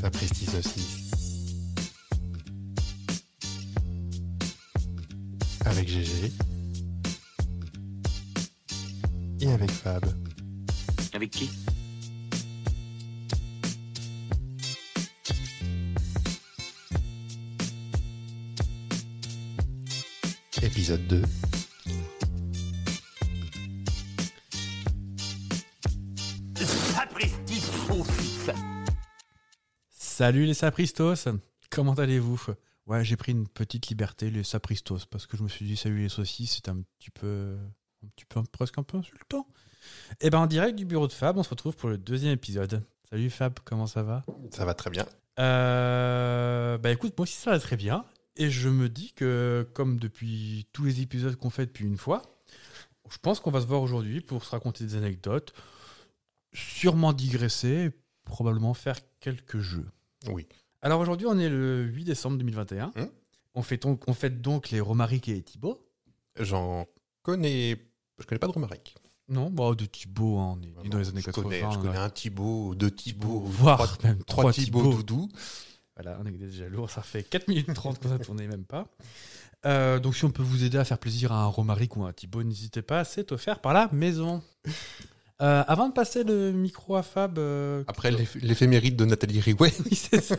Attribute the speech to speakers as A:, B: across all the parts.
A: Sapristi saucisse. Avec GG. Et avec Fab.
B: Avec qui
A: Épisode 2.
B: Sapristi saucisse
C: Salut les sapristos, comment allez-vous Ouais, j'ai pris une petite liberté les sapristos parce que je me suis dit salut les saucisses, c'est un petit peu un petit peu presque un peu insultant. Et ben en direct du bureau de Fab, on se retrouve pour le deuxième épisode. Salut Fab, comment ça va
A: Ça va très bien.
C: euh, bah écoute, moi aussi ça va très bien. Et je me dis que, comme depuis tous les épisodes qu'on fait depuis une fois, je pense qu'on va se voir aujourd'hui pour se raconter des anecdotes, sûrement digresser, et probablement faire quelques jeux.
A: Oui.
C: Alors aujourd'hui, on est le 8 décembre 2021.
A: Hum.
C: on, fait donc, on fête donc les Romaric et Thibaut.
A: J'en connais. Je connais pas de Romaric.
C: Non, bah, de Thibaut, hein, on est on est dans les années
A: je
C: 80.
A: connais, je
C: on a-
A: connais un Thibaut, deux Thibauts,
C: voire même
A: trois,
C: trois
A: Thibauts
C: Thibauts.
A: doudou.
C: Voilà, on est déjà lourd, ça fait 4 minutes 30 qu'on a tourné, même pas. Euh, donc si on peut vous aider à faire plaisir à un Romaric ou à un Thibaut, n'hésitez pas, c'est offert par la maison. Euh, avant de passer le micro à Fab, euh,
A: Après l'éph- l'éphéméride de Nathalie Riouet.
C: oui, c'est ça.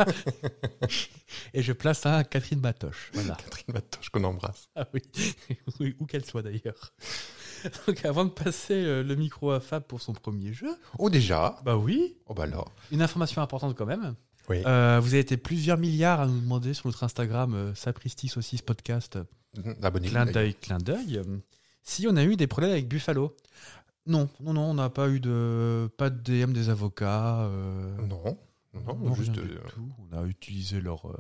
C: Et je place ça à Catherine Matoche. Voilà.
A: Catherine Matoche qu'on embrasse.
C: Ah oui, Oui, où qu'elle soit d'ailleurs. Donc avant de passer euh, le micro à Fab pour son premier jeu,
A: Oh déjà.
C: bah oui,
A: Oh bah alors.
C: une information importante quand même.
A: Oui.
C: Euh, vous avez été plusieurs milliards à nous demander sur notre Instagram euh, Sapristi Saucisse Podcast,
A: Mhm, Abonnez-vous.
C: clin
A: d'ailleurs.
C: d'œil, clin d'œil, euh, si on a eu des problèmes avec Buffalo. Non, non, non, on n'a pas eu de pas de DM des avocats. euh,
A: Non. Non,
C: non,
A: juste.
C: rien du
A: euh,
C: tout. On a utilisé leur, euh,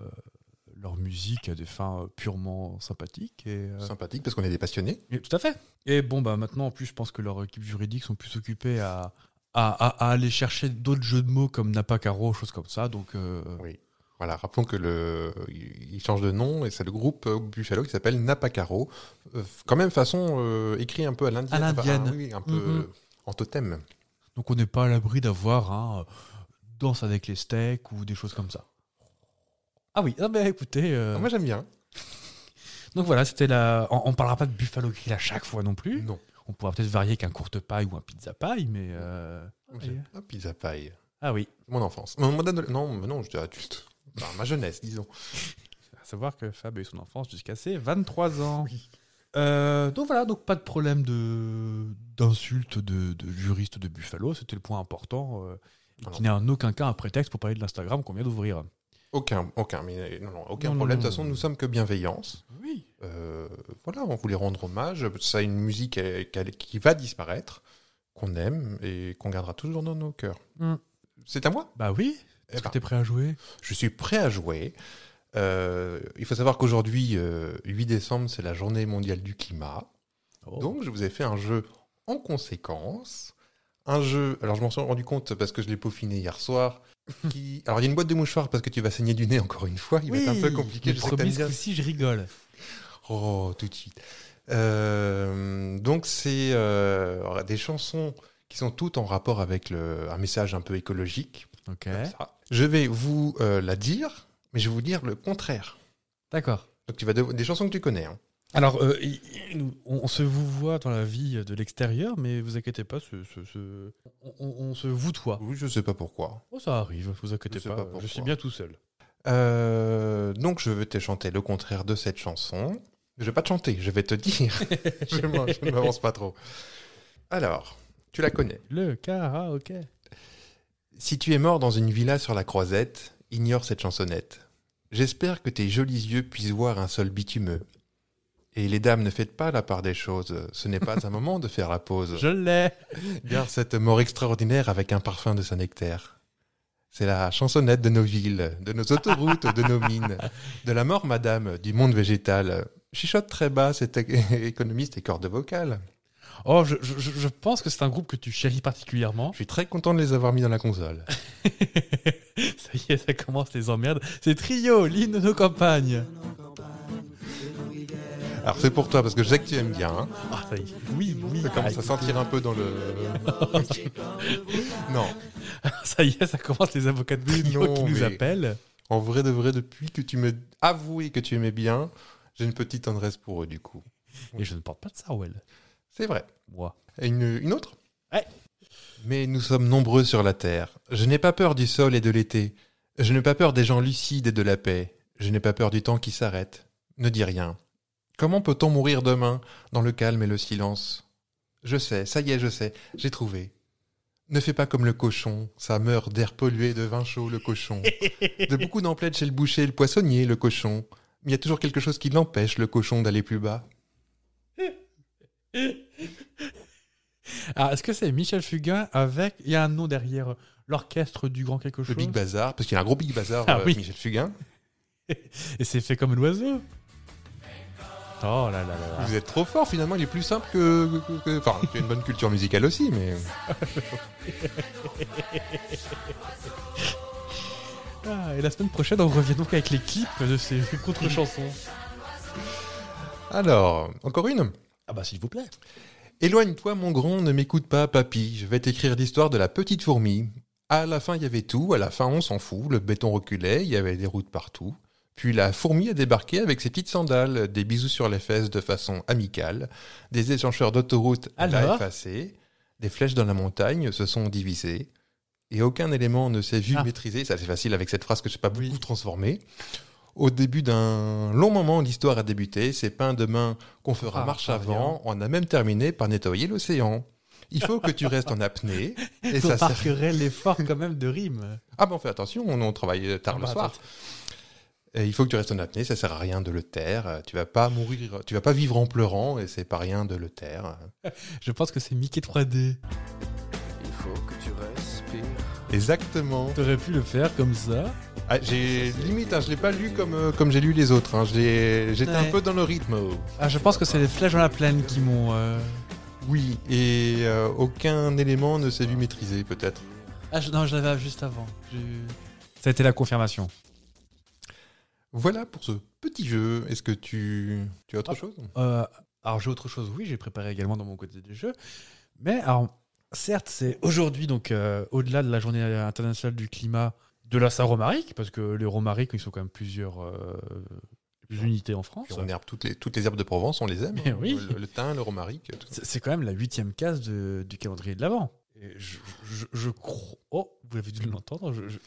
C: leur musique à des fins euh, purement sympathiques. Et, euh,
A: Sympathique parce qu'on est des passionnés.
C: et tout à fait. Et bon, bah maintenant, en plus, je pense que leurs équipes juridiques sont plus occupées à, à, à- à aller chercher d'autres jeux de mots comme Napa Caro, choses comme ça. Donc, euh,
A: Oui. Voilà, rappelons que le, il change de nom et c'est le groupe euh, Buffalo qui s'appelle Napacaro. Euh, Quand même façon euh, écrit un peu à l'indienne.
C: À l'indienne.
A: Enfin, oui, un peu
C: Mhm.
A: euh, en totem.
C: donc on n'est pas à l'abri d'avoir un danse avec les steaks ou des choses comme ça. Ah oui, ah bah écoutez. euh,
A: Ah, moi j'aime bien.
C: donc voilà, c'était la. On, on parlera pas de Buffalo Grill à chaque fois non plus.
A: Non.
C: On pourra peut-être varier qu'un courte paille ou un pizza paille, mais. euh,
A: J'aime pas pizza pie.
C: Ah oui.
A: Mon enfance. Mon- mon adole- Non, mais non, je dirais adulte. Enfin, ma jeunesse, disons.
C: À savoir que Fab a eu son enfance jusqu'à ses 23 ans. Euh, donc voilà, donc pas de problème de d'insultes de, de juristes de Buffalo, c'était le point important, euh, et qui n'est en aucun cas un prétexte pour parler de l'Instagram qu'on vient d'ouvrir.
A: Aucun, aucun, mais euh, non, non, aucun
C: Non, non,
A: problème. de
C: non,
A: toute façon,
C: non.
A: nous sommes que bienveillance.
C: Oui.
A: Euh, voilà, on voulait rendre hommage. Ça a une musique euh, qu'elle- qui va disparaître, qu'on aime et qu'on gardera toujours dans nos cœurs.
C: Mm.
A: C'est à moi
C: Bah oui.
A: Eh
C: Est-ce
A: ben,
C: que t'es prêt à jouer
A: Je suis prêt à jouer. Euh, il faut savoir qu'aujourd'hui, euh, 8 décembre, c'est la journée mondiale du climat.
C: Oh.
A: Donc, je vous ai fait un jeu en conséquence. Un jeu, alors je m'en suis rendu compte parce que je l'ai peaufiné hier soir. qui- Alors, il y a une boîte de mouchoirs parce que tu vas saigner du nez encore une fois. Il va être un peu compliqué.
C: Je
A: Je sais que t'aimes
C: promis, ce
A: bien
C: coup-ci, je rigole.
A: Oh, tout de suite. Euh, donc, c'est euh, des chansons qui sont toutes en rapport avec le, un message un peu écologique.
C: Ok.
A: comme ça. Je vais vous euh, la dire, mais je vais vous dire le contraire.
C: D'accord.
A: Donc, tu vas dev- des chansons que tu connais. hein.
C: Alors, euh, il- il- on, on se vous voit dans la vie de l'extérieur, mais vous inquiétez pas, ce, ce- ce- on, on- on se vous toi.
A: Oui, je sais pas pourquoi.
C: Oh, ça arrive, vous inquiétez
A: Je sais
C: pas,
A: pas
C: je
A: pourquoi.
C: suis bien tout seul.
A: Euh, donc, je vais te chanter le contraire de cette chanson. Je vais pas te chanter, je vais te dire. je m'en- je ne m'avance pas trop. Alors, tu la connais.
C: Le karaoké.
A: Si tu es mort dans une villa sur la croisette, ignore cette chansonnette. J'espère que tes jolis yeux puissent voir un sol bitumeux. Et les dames, ne faites pas la part des choses. Ce n'est pas un moment de faire la pause.
C: Je l'ai.
A: Garde cette mort extraordinaire avec un parfum de Saint-Nectaire. C'est la chansonnette de nos villes, de nos autoroutes, de nos mines, de la mort, madame, du monde végétal. Chichote très bas cet é- économiste et cordes vocales.
C: Oh, je, je- je- je pense que c'est un groupe que tu chéris particulièrement.
A: Je suis très content de les avoir mis dans la console.
C: ça y est, ça commence les emmerdes. C'est Trio, l'hymne de nos campagnes.
A: Alors c'est pour toi, parce que je sais que tu aimes bien. hein.
C: Ah, ça y est. Oui, oui.
A: Ça commence
C: Ah,
A: à sentir un peu dans le... non,
C: Ça y est, ça commence les avocats de Bruno
A: non,
C: qui nous
A: mais-
C: appellent.
A: en vrai de vrai, depuis que tu m'as avoué que tu aimais bien, j'ai une petite tendresse pour eux du coup.
C: Et je ne porte pas de sarouel,
A: C'est vrai.
C: moi.
A: Et une, une autre
C: Ouais.
A: Mais nous sommes nombreux sur la terre. Je n'ai pas peur du sol et de l'été. Je n'ai pas peur des gens lucides et de la paix. Je n'ai pas peur du temps qui s'arrête. Ne dis rien. Comment peut-on mourir demain dans le calme et le silence Je sais, ça y est, je sais, j'ai trouvé. Ne fais pas comme le cochon, ça meurt d'air pollué, de vin chaud, le cochon. De beaucoup d'emplettes chez le boucher, et le poissonnier, le cochon. Mais il y a toujours quelque chose qui l'empêche, le cochon, d'aller plus bas.
C: Ah, est-ce que c'est Michel Fugain avec. Il y a un nom derrière. L'orchestre du grand quelque
A: Le
C: chose.
A: Big Bazar, parce qu'il y a un gros Big Bazar,
C: Ah
A: euh,
C: oui.
A: Michel Fugain.
C: Et c'est fait comme l'oiseau. Oh là là là là.
A: Vous êtes trop fort finalement, il est plus simple que. que- que- Enfin, tu as une bonne culture musicale aussi, mais.
C: Ah, et la semaine prochaine, on revient donc avec les clips de ces contre-chansons.
A: Alors, encore une
C: Ah bah s'il vous plaît.
A: Éloigne-toi, mon grand, ne m'écoute pas, papy. Je vais t'écrire l'histoire de la petite fourmi. À la fin, il y avait tout. À la fin, on s'en fout. Le béton reculait, il y avait des routes partout. Puis la fourmi a débarqué avec ses petites sandales, des bisous sur les fesses de façon amicale, des étancheurs d'autoroute à
C: Alors
A: la effacés, des flèches dans la montagne se sont divisées, et aucun élément ne s'est vu
C: Ah.
A: maîtrisé. Ça, c'est facile avec cette phrase que je n'ai pas beaucoup
C: Oui.
A: transformée. Au début d'un long moment, l'histoire a débuté. C'est pas demain qu'on fera
C: Ah,
A: marche
C: pas
A: avant. On a même terminé par nettoyer l'océan. Il faut que tu restes en apnée. Et
C: Je
A: ça sert-
C: marquerait l'effort quand même de rime.
A: Ah bon, fais attention, on, on travaille tard
C: Ah
A: le
C: bah,
A: soir. Et il faut que tu restes en apnée, ça sert à rien de le taire. Euh, Tu vas pas mourir, tu vas pas vivre en pleurant et c'est pas rien de le taire.
C: Je pense que c'est Mickey 3D.
D: Il faut que tu respires.
A: Exactement.
C: T'aurais pu le faire comme ça.
A: Ah, j'ai limite, hein, je l'ai pas lu comme euh, comme j'ai lu les autres. hein. Je l'ai- J'étais
C: Ouais.
A: un peu dans le rythme. oh.
C: Ah, je pense que c'est les flèches dans la plaine qui m'ont. euh,
A: Oui, et euh, aucun élément ne s'est vu maîtrisé peut-être.
C: Ah, je- non, je l'avais juste avant. Je- Ça a été la confirmation.
A: Voilà pour ce petit jeu. Est-ce que tu, tu as autre
C: Ah.
A: chose
C: Euh, alors, j'ai autre chose, oui, j'ai préparé également dans mon côté du jeu. Mais, alors, certes, c'est aujourd'hui, donc, euh, au-delà de la journée internationale du climat de la Saint-Romaric, parce que les Romaric, ils sont quand même plusieurs euh, unités en France.
A: Puis On herbe toutes les, toutes les herbes de Provence, on les aime.
C: Eh oui.
A: Le, le thym, le romaric. tout ça.
C: C'est c'est quand même la huitième case de- du calendrier de l'Avent. Et je, je- je crois. Oh, vous avez dû l'entendre. Je, je-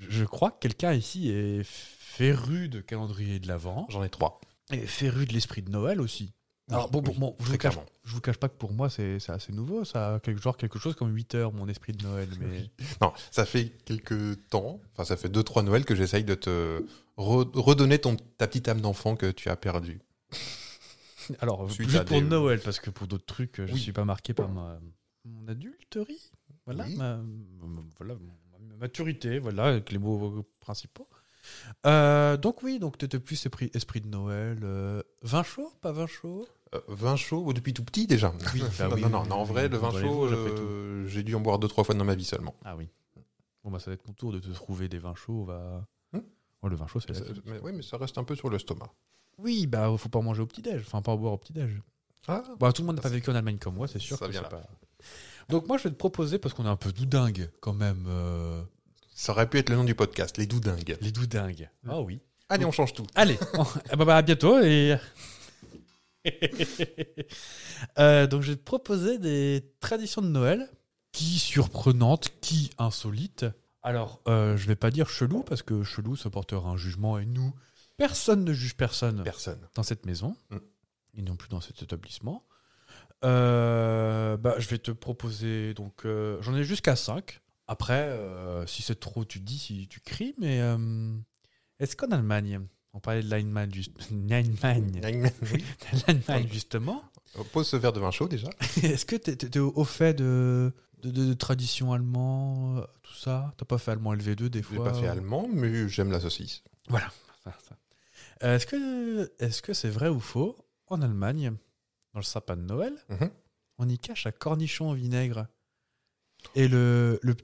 C: je crois que quelqu'un ici est féru de calendrier de l'Avent
A: J'en ai trois.
C: et féru de l'esprit de Noël aussi. Alors, bon, bon,
A: Oui,
C: bon, je,
A: très
C: vous cache,
A: clairement.
C: je vous cache pas que pour moi, c'est c'est assez nouveau. Ça a quelque, genre quelque chose comme 8 heures, mon esprit de Noël. Mais...
A: Non, ça fait quelques temps, enfin ça fait deux, trois Noël que j'essaye de te re- redonner ton, ta petite âme d'enfant que tu as perdue.
C: Alors,
A: Suite à
C: juste pour
A: des-
C: Noël, parce que pour d'autres trucs, euh, je ne
A: Oui.
C: suis pas marqué par ma, mon adulterie. Voilà,
A: Oui.
C: ma, ma- voilà, ma maturité, voilà, avec les mots principaux. Euh, donc oui, donc tu étais plus esprit, esprit de Noël. euh, vin chaud, pas vin chaud
A: Euh, vin chaud, oh, depuis tout petit déjà.
C: Oui, bah
A: non,
C: oui,
A: non,
C: oui,
A: non,
C: oui,
A: non, en
C: oui,
A: vrai,
C: oui,
A: le vin
C: contrôlez-vous,
A: chaud,
C: après
A: euh, j'ai dû en boire deux, trois fois dans ma vie seulement.
C: Ah oui. Bon, bah ça va être mon tour de te trouver des vins chauds. On va...
A: Hmm
C: Oh, le vin chaud, c'est la
A: Ça-
C: vie.
A: mais, oui, mais ça reste un peu sur l'estomac.
C: Oui, bah faut pas en manger au petit-déj, enfin pas en boire au petit-déj.
A: Ah,
C: Bah, tout le monde n'a pas vécu en Allemagne comme moi, c'est sûr.
A: Ça
C: que
A: vient
C: c'est
A: là.
C: pas- Donc moi, je vais te proposer, parce qu'on est un peu doudingue quand même, euh,
A: ça aurait pu être le nom du podcast, les doudingues.
C: les doudingues. Ah oui.
A: Allez, on change tout.
C: Allez, on- ah bah bah, à bientôt et. Euh, donc je vais te proposer des traditions de Noël qui surprenantes, qui insolites. Alors euh, je vais pas dire chelou parce que chelou ça portera un jugement et nous personne ne juge personne
A: Personne.
C: dans cette maison
A: Mm.
C: et non plus dans cet établissement. Euh, bah, je vais te proposer donc euh, j'en ai jusqu'à 5. Après euh, si c'est trop tu dis si tu cries mais euh, est-ce qu'en Allemagne on parlait de l'Allemagne juste l'Allemagne
A: Oui.
C: l'Allemagne justement
A: Pose ce verre de vin chaud déjà.
C: est-ce que t'es t'es au au fait de de, de- de tradition allemand euh, tout ça t'as pas fait allemand LV2 des
A: J'ai
C: fois
A: pas fait
C: euh,
A: allemand, mais j'aime la saucisse.
C: ça, ça. Euh, Est-ce que est-ce que c'est vrai ou faux En Allemagne, dans le sapin de Noël,
A: Mhm.
C: on y cache un cornichon au vinaigre. Et le, le,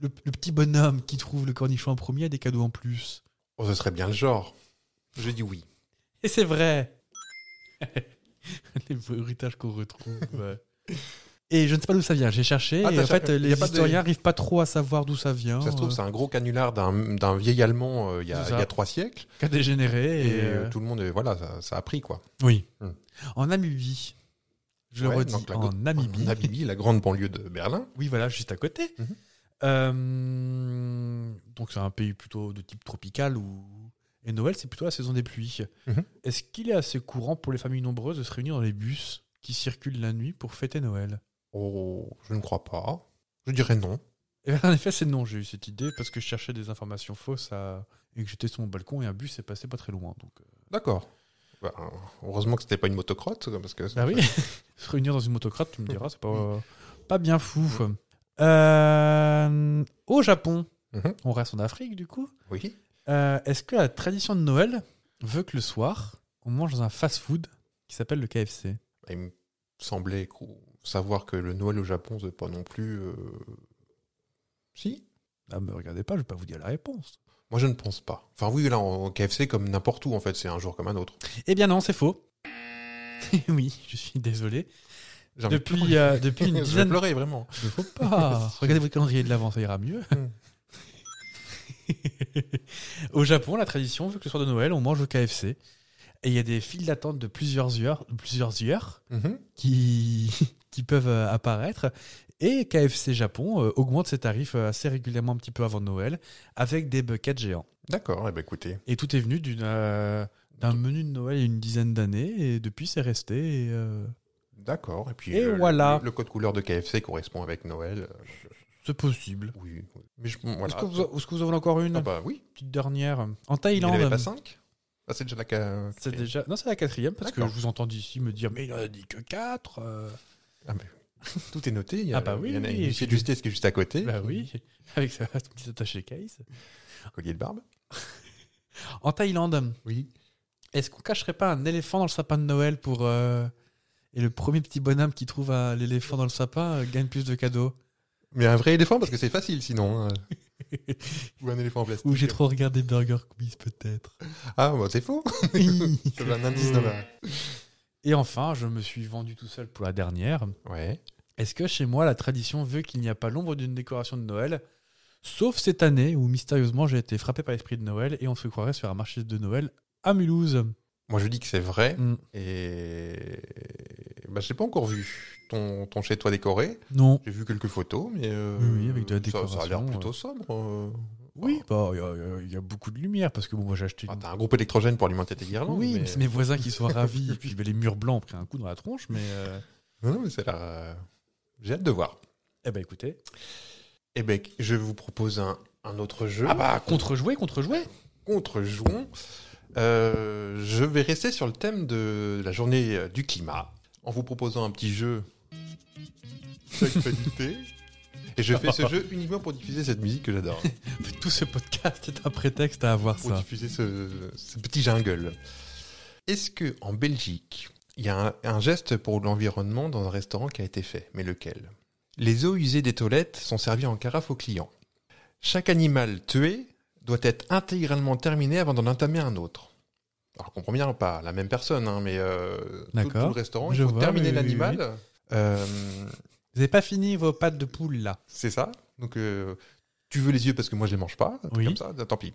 C: le- le petit bonhomme qui trouve le cornichon en premier a des cadeaux en plus.
A: Oh, ce serait bien le genre. Je dis oui.
C: Et c'est vrai les bruitages qu'on retrouve. euh. Et je ne sais pas d'où ça vient. J'ai cherché.
A: Ah,
C: et
A: t'as
C: en fait,
A: cherché. Y
C: les
A: a pas de-
C: historiens n'arrivent pas trop à savoir d'où ça vient.
A: Ça se trouve,
C: euh,
A: c'est un gros canular d'un d'un vieil Allemand euh, il y, a,
C: C'est
A: il
C: ça.
A: y a trois siècles.
C: qu'a dégénéré.
A: Et,
C: Et,
A: euh,
C: euh,
A: tout le monde, est- voilà, ça, ça a pris quoi.
C: Oui.
A: Hmm.
C: En Namibie. Je le
A: Ouais,
C: redis.
A: donc la
C: en
A: gauche-
C: Namibie.
A: En Namibie, la grande banlieue de Berlin.
C: Oui, voilà, juste à côté.
A: Mhm.
C: Euh, donc c'est un pays plutôt de type tropical où... et Noël, c'est plutôt la saison des pluies.
A: Mhm.
C: Est-ce qu'il est assez courant pour les familles nombreuses de se réunir dans les bus qui circulent la nuit pour fêter Noël
A: Oh, je ne crois pas. Je dirais non.
C: Eh bien, En effet, c'est non, j'ai eu cette idée parce que je cherchais des informations fausses à- et que j'étais sur mon balcon et un bus est passé pas très loin. Donc, euh,
A: D'accord. Bah, heureusement que c'était pas une motocrotte, parce que
C: Bah oui, se réunir dans une motocrate, tu me diras, c'est pas, pas bien fou. Euh, Au Japon,
A: Mhm.
C: on reste en Afrique du coup.
A: Oui.
C: Euh, Est-ce que la tradition de Noël veut que le soir, on mange dans un fast-food qui s'appelle le KFC
A: Il me semblait qu'au- savoir que le Noël au Japon, c'est pas non plus. euh, Si
C: Ah, me regardez pas, je vais pas vous dire la réponse.
A: Moi, je ne pense pas. Enfin, oui, là, en KFC, comme n'importe où, en fait, c'est un jour comme un autre.
C: Eh bien non, c'est faux. oui, je suis désolé.
A: J'ai envie de pleurer.
C: Depuis, euh, depuis une
A: Je vais
C: dizaine
A: pleurer, vraiment.
C: Il ne faut pas. Regardez votre calendrier de l'avant, ça ira mieux. au Japon, la tradition veut que le soir de Noël, on mange au KFC. Et il y a des files d'attente de plusieurs heures, de plusieurs heures
A: Mhm.
C: qui, qui peuvent euh, apparaître. Et KFC Japon euh, augmente ses tarifs euh, assez régulièrement un petit peu avant Noël avec des buckets géants.
A: D'accord, eh ben, écoutez.
C: Et tout est venu d'une, euh, d'un menu de Noël il y a une dizaine d'années. Et depuis, c'est resté. et, euh,
A: D'accord. Et puis,
C: Et
A: le, le-
C: voilà.
A: le code couleur de KFC correspond avec Noël. euh,
C: c'est possible.
A: Oui. oui. Mais je, voilà.
C: Est-ce, que vous, est-ce que vous en avez encore une
A: Ah bah oui.
C: Petite dernière. euh, En
A: Il n'y en
C: Thaïlande.
A: avait pas cinq Ah, c'est déjà la ca-
C: C'est déjà... Non, c'est la quatrième, parce que je
A: D'accord.
C: vous entends d'ici me dire, mais il en a dit que quatre. euh.
A: Tout est noté. Il y a,
C: Ah bah oui,
A: il y en a
C: oui,
A: une
C: et
A: du
C: puis-
A: de justice qui est juste à côté.
C: Bah oui, avec sa son petit attaché case.
A: Collier de barbe.
C: En Thaïlande,
A: Oui.
C: est-ce qu'on cacherait pas un éléphant dans le sapin de Noël pour... euh, Et le premier petit bonhomme qui trouve euh, l'éléphant dans le sapin euh, gagne plus de cadeaux
A: Mais un vrai éléphant, parce que c'est facile sinon. hein. Ou un éléphant en plastique.
C: Ou j'ai trop regardé Burger Quiz, peut-être.
A: Ah, bah, c'est faux. Ça va un indice dans la-
C: Et enfin, je me suis vendu tout seul pour la dernière.
A: Ouais.
C: Est-ce que chez moi, la tradition veut qu'il n'y a pas l'ombre d'une décoration de Noël Sauf cette année où mystérieusement j'ai été frappé par l'esprit de Noël et on se croirait sur un marché de Noël à Mulhouse.
A: Moi, je dis que c'est vrai.
C: Hmm,
A: Et. Bah, je l'ai pas encore vu ton, ton chez-toi décoré.
C: non.
A: J'ai vu quelques photos, mais. euh,
C: Oui, oui, avec de la
A: ça- Ça, a l'air
C: décoration,
A: plutôt sobre. euh.
C: Oui, bah, il y a- il y, a beaucoup de lumière parce que bon, moi j'ai acheté.
A: Ah,
C: une-
A: t'as un groupe électrogène pour alimenter tes guirlandes.
C: oui,
A: mais-
C: mais c'est mes voisins qui sont ravis. et puis ben, les murs blancs ont pris un coup dans la tronche, mais. euh,
A: Non, non, mais c'est la. euh, J'ai hâte de voir.
C: Eh ben écoutez.
A: Eh ben, je vous propose un, un autre jeu.
C: Ah bah, contre-jouer, contre-jouer
A: contre jouons. Euh, je vais rester sur le thème de la journée euh, du climat en vous proposant un petit jeu d'actualité. Et je fais ce jeu uniquement pour diffuser cette musique que j'adore,
C: Tout ce podcast est un prétexte à avoir
A: pour
C: ça.
A: diffuser ce, ce petit jungle. Est-ce que en Belgique, il y a un, un geste pour l'environnement dans un restaurant qui a été fait, mais lequel Les eaux usées des toilettes sont servies en carafe aux clients. Chaque animal tué doit être intégralement terminé avant d'en entamer un autre. Alors comprends bien, pas la même personne, hein, mais euh, tout, tout
C: D'accord.
A: le restaurant, il
C: Je
A: faut
C: vois,
A: terminer
C: oui, oui,
A: l'animal. Euh,
C: Vous n'avez pas fini vos pattes de poule là
A: c'est ça. Donc euh, tu veux les yeux parce que moi je les mange pas, un truc
C: Oui.
A: comme ça, Bah, tant pis.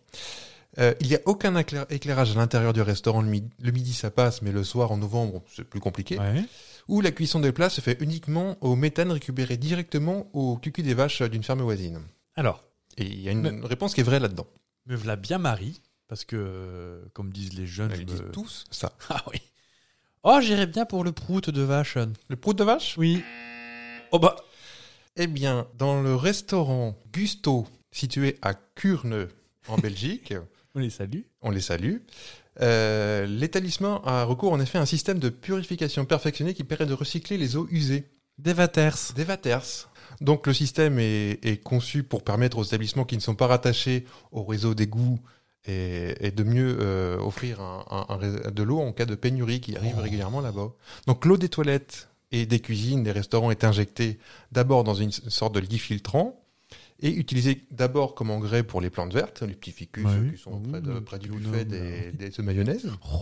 A: Euh, il n'y a aucun éclair- éclairage à l'intérieur du restaurant le midi, le midi ça passe, mais le soir en novembre c'est plus compliqué.
C: Ouais.
A: Ou la cuisson des plats se fait uniquement au méthane récupéré directement au cucu des vaches d'une ferme voisine.
C: Alors,
A: Et il y a une réponse qui est vraie là-dedans.
C: me voilà bien Marie, parce que, euh, comme disent les jeunes, je
A: Ils disent
C: me-
A: tous ça.
C: Ah oui. Oh, j'irais bien pour le prout de vache.
A: Le prout de vache
C: Oui. Oh bah.
A: Eh bien, dans le restaurant Gusto, situé à Kurne, en Belgique,
C: On les salue.
A: on les salue, euh, l'établissement a recours en effet à un système de purification perfectionné qui permet de recycler les eaux usées,
C: Des vaters.
A: des vaters. Donc le système est, est conçu pour permettre aux établissements qui ne sont pas rattachés au réseau d'égouts et, et de mieux euh, offrir un- un- un ré- de l'eau en cas de pénurie qui arrive
C: Oh.
A: régulièrement là-bas. Donc l'eau des toilettes et des cuisines, des restaurants est injectée d'abord dans une s- sorte de lit filtrant et utilisée d'abord comme engrais pour les plantes vertes, les petits ficus
C: Ouais,
A: euh,
C: oui.
A: qui sont
C: Ouh,
A: près, de-
C: le
A: près du
C: petit
A: buffet
C: bonhomme,
A: des, des- de mayonnaise.
C: Oh.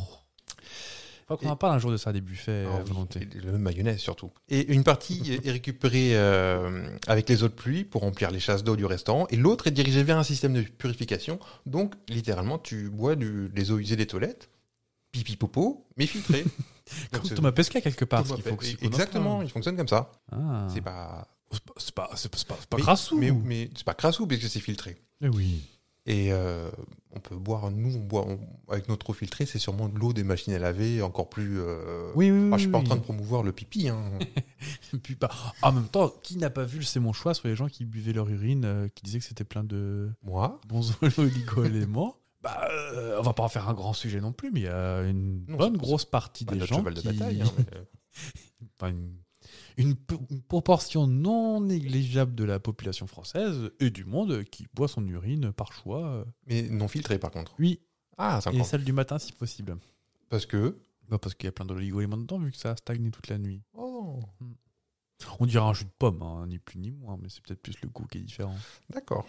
C: Faut qu'on en parle un jour de ça, des buffets euh,
A: Ah
C: à
A: oui,
C: volonté.
A: et Le mayonnaise surtout. Et une partie est est récupérée euh, avec les eaux de pluie pour remplir les chasses d'eau du restaurant, et l'autre est dirigée vers un système de purification. Donc, littéralement, tu bois du- des eaux usées des toilettes, pipi popo, mais filtré.
C: Comme Thomas Pesquet, quelque part.
A: Thomas
C: parce qu'il faut que
A: Pe-
C: c'est qu'on en
A: Exactement,
C: parle.
A: il fonctionne comme ça.
C: Ah.
A: C'est pas.
C: C'est pas- c'est pas, c'est pas, c'est pas, c'est pas
A: mais-
C: crassou.
A: Mais, mais c'est pas crassou puisque c'est filtré.
C: Eh oui.
A: Et euh, on peut boire, nous, on boit on- avec notre eau filtrée, c'est sûrement de l'eau des machines à laver, encore plus. euh,
C: Eh Oui, oui, oui.
A: ah, je suis pas en
C: oui.
A: train de promouvoir le pipi. Hein.
C: Puis pas- En même temps, qui n'a pas vu le C'est mon choix sur les gens qui buvaient leur urine, euh, qui disaient que c'était plein de
A: Moi,
C: bons oligo-éléments bah, euh, On va pas en faire un grand sujet non plus, mais il y a une
A: Non,
C: bonne
A: c'est-
C: grosse partie
A: pas
C: des
A: notre
C: gens
A: Bah, cheval de
C: qui-
A: bataille. hein, mais, euh,
C: enfin, une, une po- une proportion non négligeable de la population française et du monde qui boit son urine par choix. euh,
A: Mais non filtré par contre.
C: Oui,
A: Ah,
C: et
A: 50.
C: celle du matin si possible.
A: Parce que.
C: Bah, parce qu'il y a plein d'oligo-éléments dedans, vu que ça a stagné toute la nuit.
A: Oh,
C: On dirait un jus de pomme, hein, ni plus ni moins, mais c'est peut-être plus le goût qui est différent.
A: d'accord.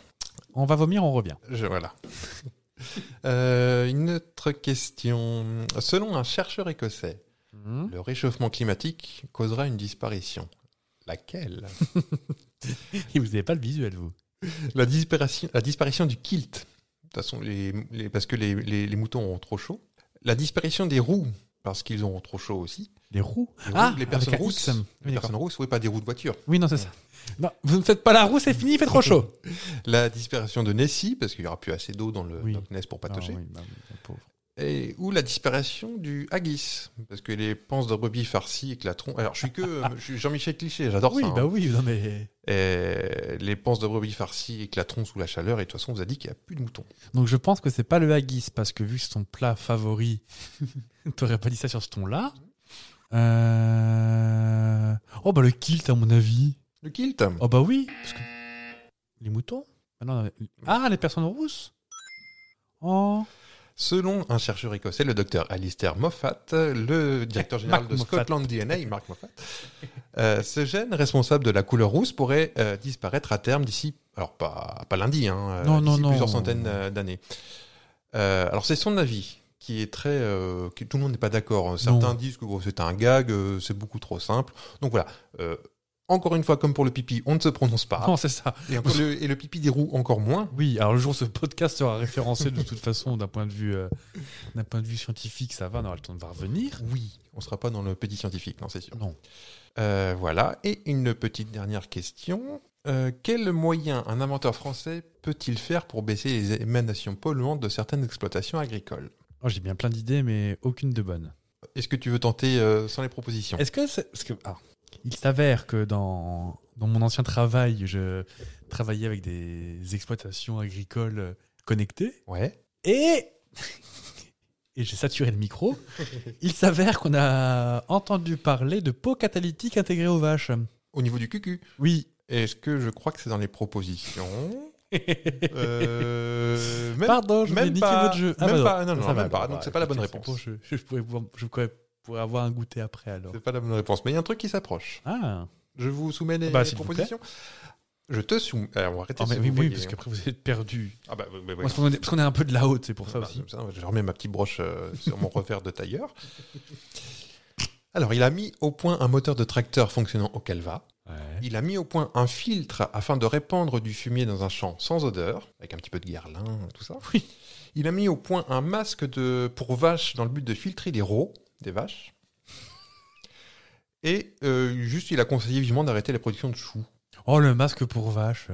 C: On va vomir, on revient.
A: Je, voilà. Euh, une autre question. Selon un chercheur écossais,
C: Mmh.
A: le réchauffement climatique causera une disparition. Laquelle
C: Et vous n'avez pas le visuel, vous.
A: la disparition, la disparition du kilt. De toute façon, les- les- parce que les, les- les moutons ont trop chaud. La disparition des roues, parce qu'ils ont trop chaud aussi.
C: Les roues.
A: Les, roues,
C: Ah,
A: les
C: avec
A: personnes
C: un
A: rousses.
C: X. Oui,
A: les
C: d'accord.
A: personnes rousses, oui, pas des roues de voiture.
C: Oui, non, c'est ça. Non, vous ne faites pas la roue, c'est fini, il fait trop chaud.
A: La disparition de Nessie, parce qu'il n'y aura plus assez d'eau dans le
C: Oui.
A: dans le Ness pour patocher.
C: Ah, oui, bah oui, la pauvre.
A: Et, ou la disparition du haggis, parce que les panses de brebis farcies avec la tronche. Alors, je suis que je suis Jean-Michel Cliché, j'adore
C: Oui,
A: ça.
C: bah
A: hein.
C: oui, non, mais.
A: Et les panses de brebis farcies éclateront sous la chaleur, et de toute façon, on vous a dit qu'il n'y a plus de moutons.
C: Donc je pense que c'est pas le haggis, parce que vu que c'est ton plat favori, t'aurais pas dit ça sur ce ton-là. Euh... Oh, bah le kilt, à mon avis.
A: Le kilt
C: Oh, bah oui. Parce que... Les moutons ah, non, non, ah, les personnes rousses Oh.
A: Selon un chercheur écossais, le docteur Alistair Moffat, le directeur général
C: Mark
A: de
C: Moffat.
A: Scotland DNA, Mark Moffat, euh, ce gène responsable de la couleur rousse pourrait euh, disparaître à terme d'ici, alors pas, pas lundi, hein, euh,
C: Non, non,
A: d'ici
C: non.
A: plusieurs centaines euh, d'années. Euh, alors c'est son avis qui est très, euh, qui- tout le monde n'est pas d'accord. Certains
C: Non.
A: disent que oh, c'est un gag, euh, c'est beaucoup trop simple. Donc voilà. euh, encore une fois, comme pour le pipi, on ne se prononce pas.
C: Non, c'est ça.
A: Et, encore le, et le pipi des roues, encore moins.
C: Oui, alors le jour où ce podcast sera référencé de toute façon d'un point de vue euh, d'un point de vue scientifique, ça va, on aura le temps de revenir.
A: Oui, on ne sera pas dans le petit scientifique, non, c'est sûr.
C: Non.
A: Euh, voilà. Et une petite dernière question. Euh, quel moyen un inventeur français peut-il faire pour baisser les émanations polluantes de certaines exploitations agricoles
C: Oh, J'ai bien plein d'idées, mais aucune de bonne.
A: Est-ce que tu veux tenter euh, sans les propositions
C: Est-ce que c'est. parce que- ah. il s'avère que dans, dans mon ancien travail, je travaillais avec des exploitations agricoles euh, connectées
A: Ouais.
C: et. Et j'ai saturé le micro. Il s'avère qu'on a entendu parler de pots catalytiques intégrés aux vaches.
A: Au niveau du cucu.
C: Oui.
A: Est-ce que je crois que c'est dans les propositions Euh, même-
C: Pardon, je
A: même
C: vais niquer
A: pas-
C: votre jeu.
A: même
C: bah
A: pas, non, non,
C: ça
A: même
C: va,
A: pas,
C: alors,
A: donc
C: bah,
A: c'est pas la bonne
C: écoutez, c'est
A: réponse.
C: bon, je, je pourrais pouvoir- je pourrais- pourrais avoir un goûter après alors.
A: C'est pas la bonne réponse, mais il y a un truc qui s'approche.
C: Ah,
A: Je vous soumets les,
C: Bah,
A: les
C: s'il vous
A: propositions. Je te soumets. on va arrêter
C: Ah,
A: de
C: mais
A: se
C: oui, oui,
A: voyer,
C: parce
A: hein.
C: qu'après vous êtes perdu.
A: Ah bah, oui, oui, oui.
C: Parce qu'on est, parce qu'on est un peu de la haute, c'est pour ça
A: Bah,
C: aussi.
A: comme ça, je remets ma petite broche euh, sur mon revers de tailleur. Alors, il a mis au point un moteur de tracteur fonctionnant au calva. Il a mis au point un filtre afin de répandre du fumier dans un champ sans odeur, avec un petit peu de guerlin, tout ça.
C: Oui.
A: Il a mis au point un masque de, pour vaches dans le but de filtrer les rots des vaches. Et euh, juste, il a conseillé vivement d'arrêter la production de choux.
C: Oh, le masque pour vache.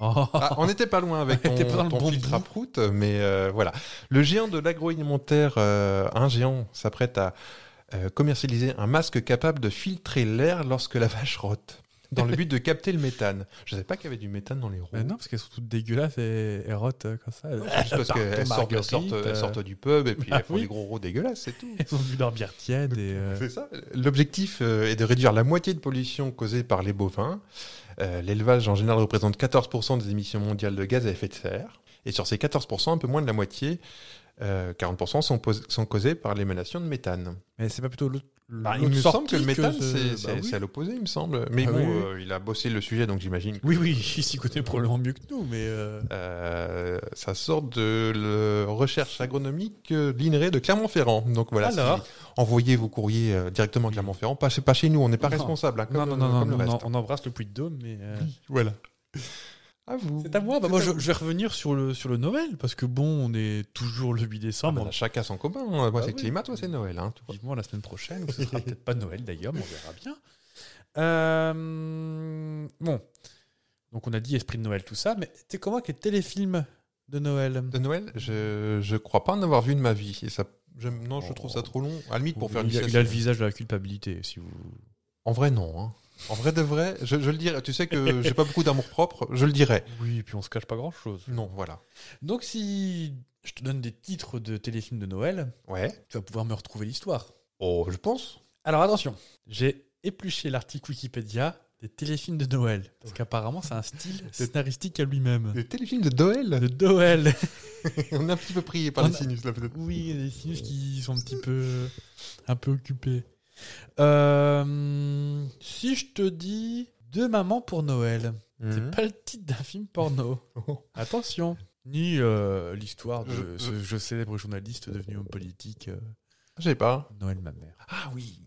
C: Oh,
A: Ah, on n'était pas loin avec
C: On
A: ton,
C: était pas dans le
A: ton
C: bon
A: filtre
C: bout.
A: à prout, mais euh, voilà. Le géant de l'agroalimentaire, euh, un géant, s'apprête à euh, commercialiser un masque capable de filtrer l'air lorsque la vache rote, dans le but de capter le méthane. Je ne savais pas qu'il y avait du méthane dans les roues.
C: Mais non, parce qu'elles sont toutes dégueulasses et, et rotes euh, comme ça.
A: C'est Juste parce
C: Pardon,
A: qu'elles sortent, elles sortent-
C: Marguerite,
A: elles sortent du pub et puis
C: bah
A: elles font
C: oui.
A: des gros rots dégueulasses, c'est tout.
C: Elles ont bu leur bière tiède et. euh,
A: C'est ça. L'objectif euh, est de réduire la moitié de pollution causée par les bovins. Euh, L'élevage en général représente 14% des émissions mondiales de gaz à effet de serre. Et sur ces 14%, un peu moins de la moitié, euh, 40% sont, pos- sont causés par l'émanation de méthane.
C: Mais c'est pas plutôt l'autre-
A: Ah, il me
C: l'autre
A: semble que
C: Bah, sortie
A: le méthane,
C: ce-
A: c'est
C: bah
A: c'est-
C: oui.
A: c'est à l'opposé, il me semble. Mais
C: Ah
A: bon,
C: oui, oui.
A: euh, il a bossé le sujet, donc j'imagine que
C: Oui, oui, il s'y connaît probablement mieux que nous, mais. euh,
A: euh, ça sort de la recherche agronomique euh, de l'INRE de Clermont-Ferrand. Donc voilà,
C: Alors
A: si- envoyez vos courriers euh, directement à Clermont-Ferrand. Pas, chez- pas chez nous, on n'est pas
C: Non.
A: responsable. hein,
C: Non,
A: comme,
C: non, non,
A: euh,
C: non,
A: comme le
C: non,
A: reste.
C: non, on embrasse le puits de Dôme, mais. euh,
A: Voilà. À vous.
C: C'est à moi. Bah, moi, je, je vais revenir sur le, sur le Noël, parce que bon, on est toujours le 8
A: Ah,
C: décembre.
A: bah, chacun son commun. Moi,
C: Bah
A: c'est
C: oui.
A: climat, toi, c'est Noël. hein, tu vois.
C: Vivement la semaine prochaine, ou ce sera peut-être pas Noël d'ailleurs, mais on verra bien. Euh, bon. Donc, on a dit esprit de Noël, tout ça, mais t'es comment avec les téléfilms de Noël
A: De Noël, je, je crois pas en avoir vu de ma vie. Et ça, je- non, je trouve ça trop long. À la limite, pour faire une
C: Oh. il, a, il
A: dissertation.
C: a le visage de la culpabilité, si vous.
A: En vrai, non. hein. En vrai de vrai, je, je le dirais. Tu sais que j'ai pas beaucoup d'amour propre, je le dirais.
C: Oui, et puis on se cache pas grand chose.
A: Non, voilà.
C: Donc, si je te donne des titres de téléfilms de Noël,
A: Ouais.
C: tu vas pouvoir me retrouver l'histoire.
A: Oh, je pense.
C: Alors attention, j'ai épluché l'article Wikipédia des téléfilms de Noël. Parce qu'apparemment, c'est un style scénaristique à lui-même.
A: Le téléfilm de Noël.
C: De Noël.
A: On est un petit peu pris par
C: On
A: les
C: a-
A: sinus, là, peut-être.
C: Oui, les sinus qui sont un petit peu, un peu occupés. Euh, si je te dis Deux mamans pour Noël,
A: Mmh.
C: c'est pas le titre d'un film porno. Attention. Ni euh, l'histoire de
A: Je-
C: ce je célèbre journaliste devenu homme politique, euh,
A: Je sais pas.
C: Noël ma mère.
A: Ah oui.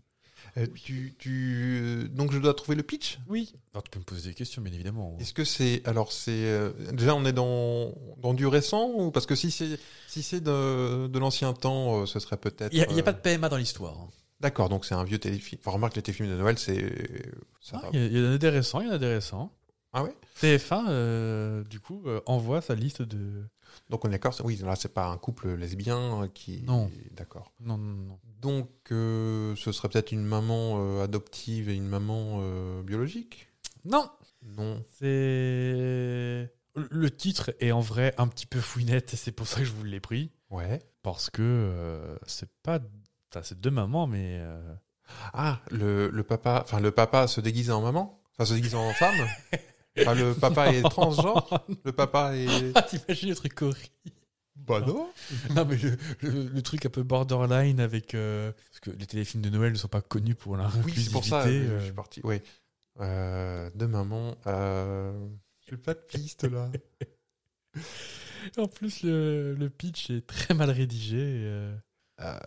A: Euh, tu, tu, euh, donc je dois trouver le pitch.
C: Oui. Alors tu peux me poser des questions, bien évidemment.
A: Est-ce que c'est alors c'est euh, déjà on est dans, dans du récent ou parce que si c'est si c'est de, de l'ancien temps, euh, ce serait peut-être.
C: Il n'y a, il y a
A: euh,
C: pas de PMA dans l'histoire. hein.
A: D'accord, donc c'est un vieux téléfilm. Enfin, remarque les téléfilms de Noël, c'est ça.
C: Ah,
A: va.
C: Il y, a- il y en a des récents, il y en a des récents.
A: Ah ouais.
C: TF1, euh, du coup, euh, envoie sa liste de.
A: Donc on est d'accord. c'est- Oui, là c'est pas un couple lesbien euh, qui.
C: Non.
A: D'accord.
C: Non, non, non.
A: Donc euh, ce serait peut-être une maman euh, adoptive et une maman euh, biologique.
C: Non
A: Non.
C: C'est. Le- Le titre est en vrai un petit peu fouinette, c'est pour ça que je vous l'ai pris.
A: Ouais.
C: Parce que euh, c'est pas. Enfin, c'est deux mamans, mais. euh,
A: Ah, le, le papa, enfin le papa se déguise en maman, enfin se déguise en femme. Enfin, le papa est transgenre, le papa est.
C: Ah, t'imagines le truc horrible
A: Bah non.
C: Non, mais le, le- le truc un peu borderline avec. euh, Parce que les téléfilms de Noël ne sont pas connus pour la
A: Oui, c'est pour ça.
C: inclusivité,
A: euh, Je
C: euh.
A: suis parti. Oui. Euh, de maman. Euh... J'ai pas de piste là.
C: En plus, le, le pitch est très mal rédigé. et, euh,
A: Euh,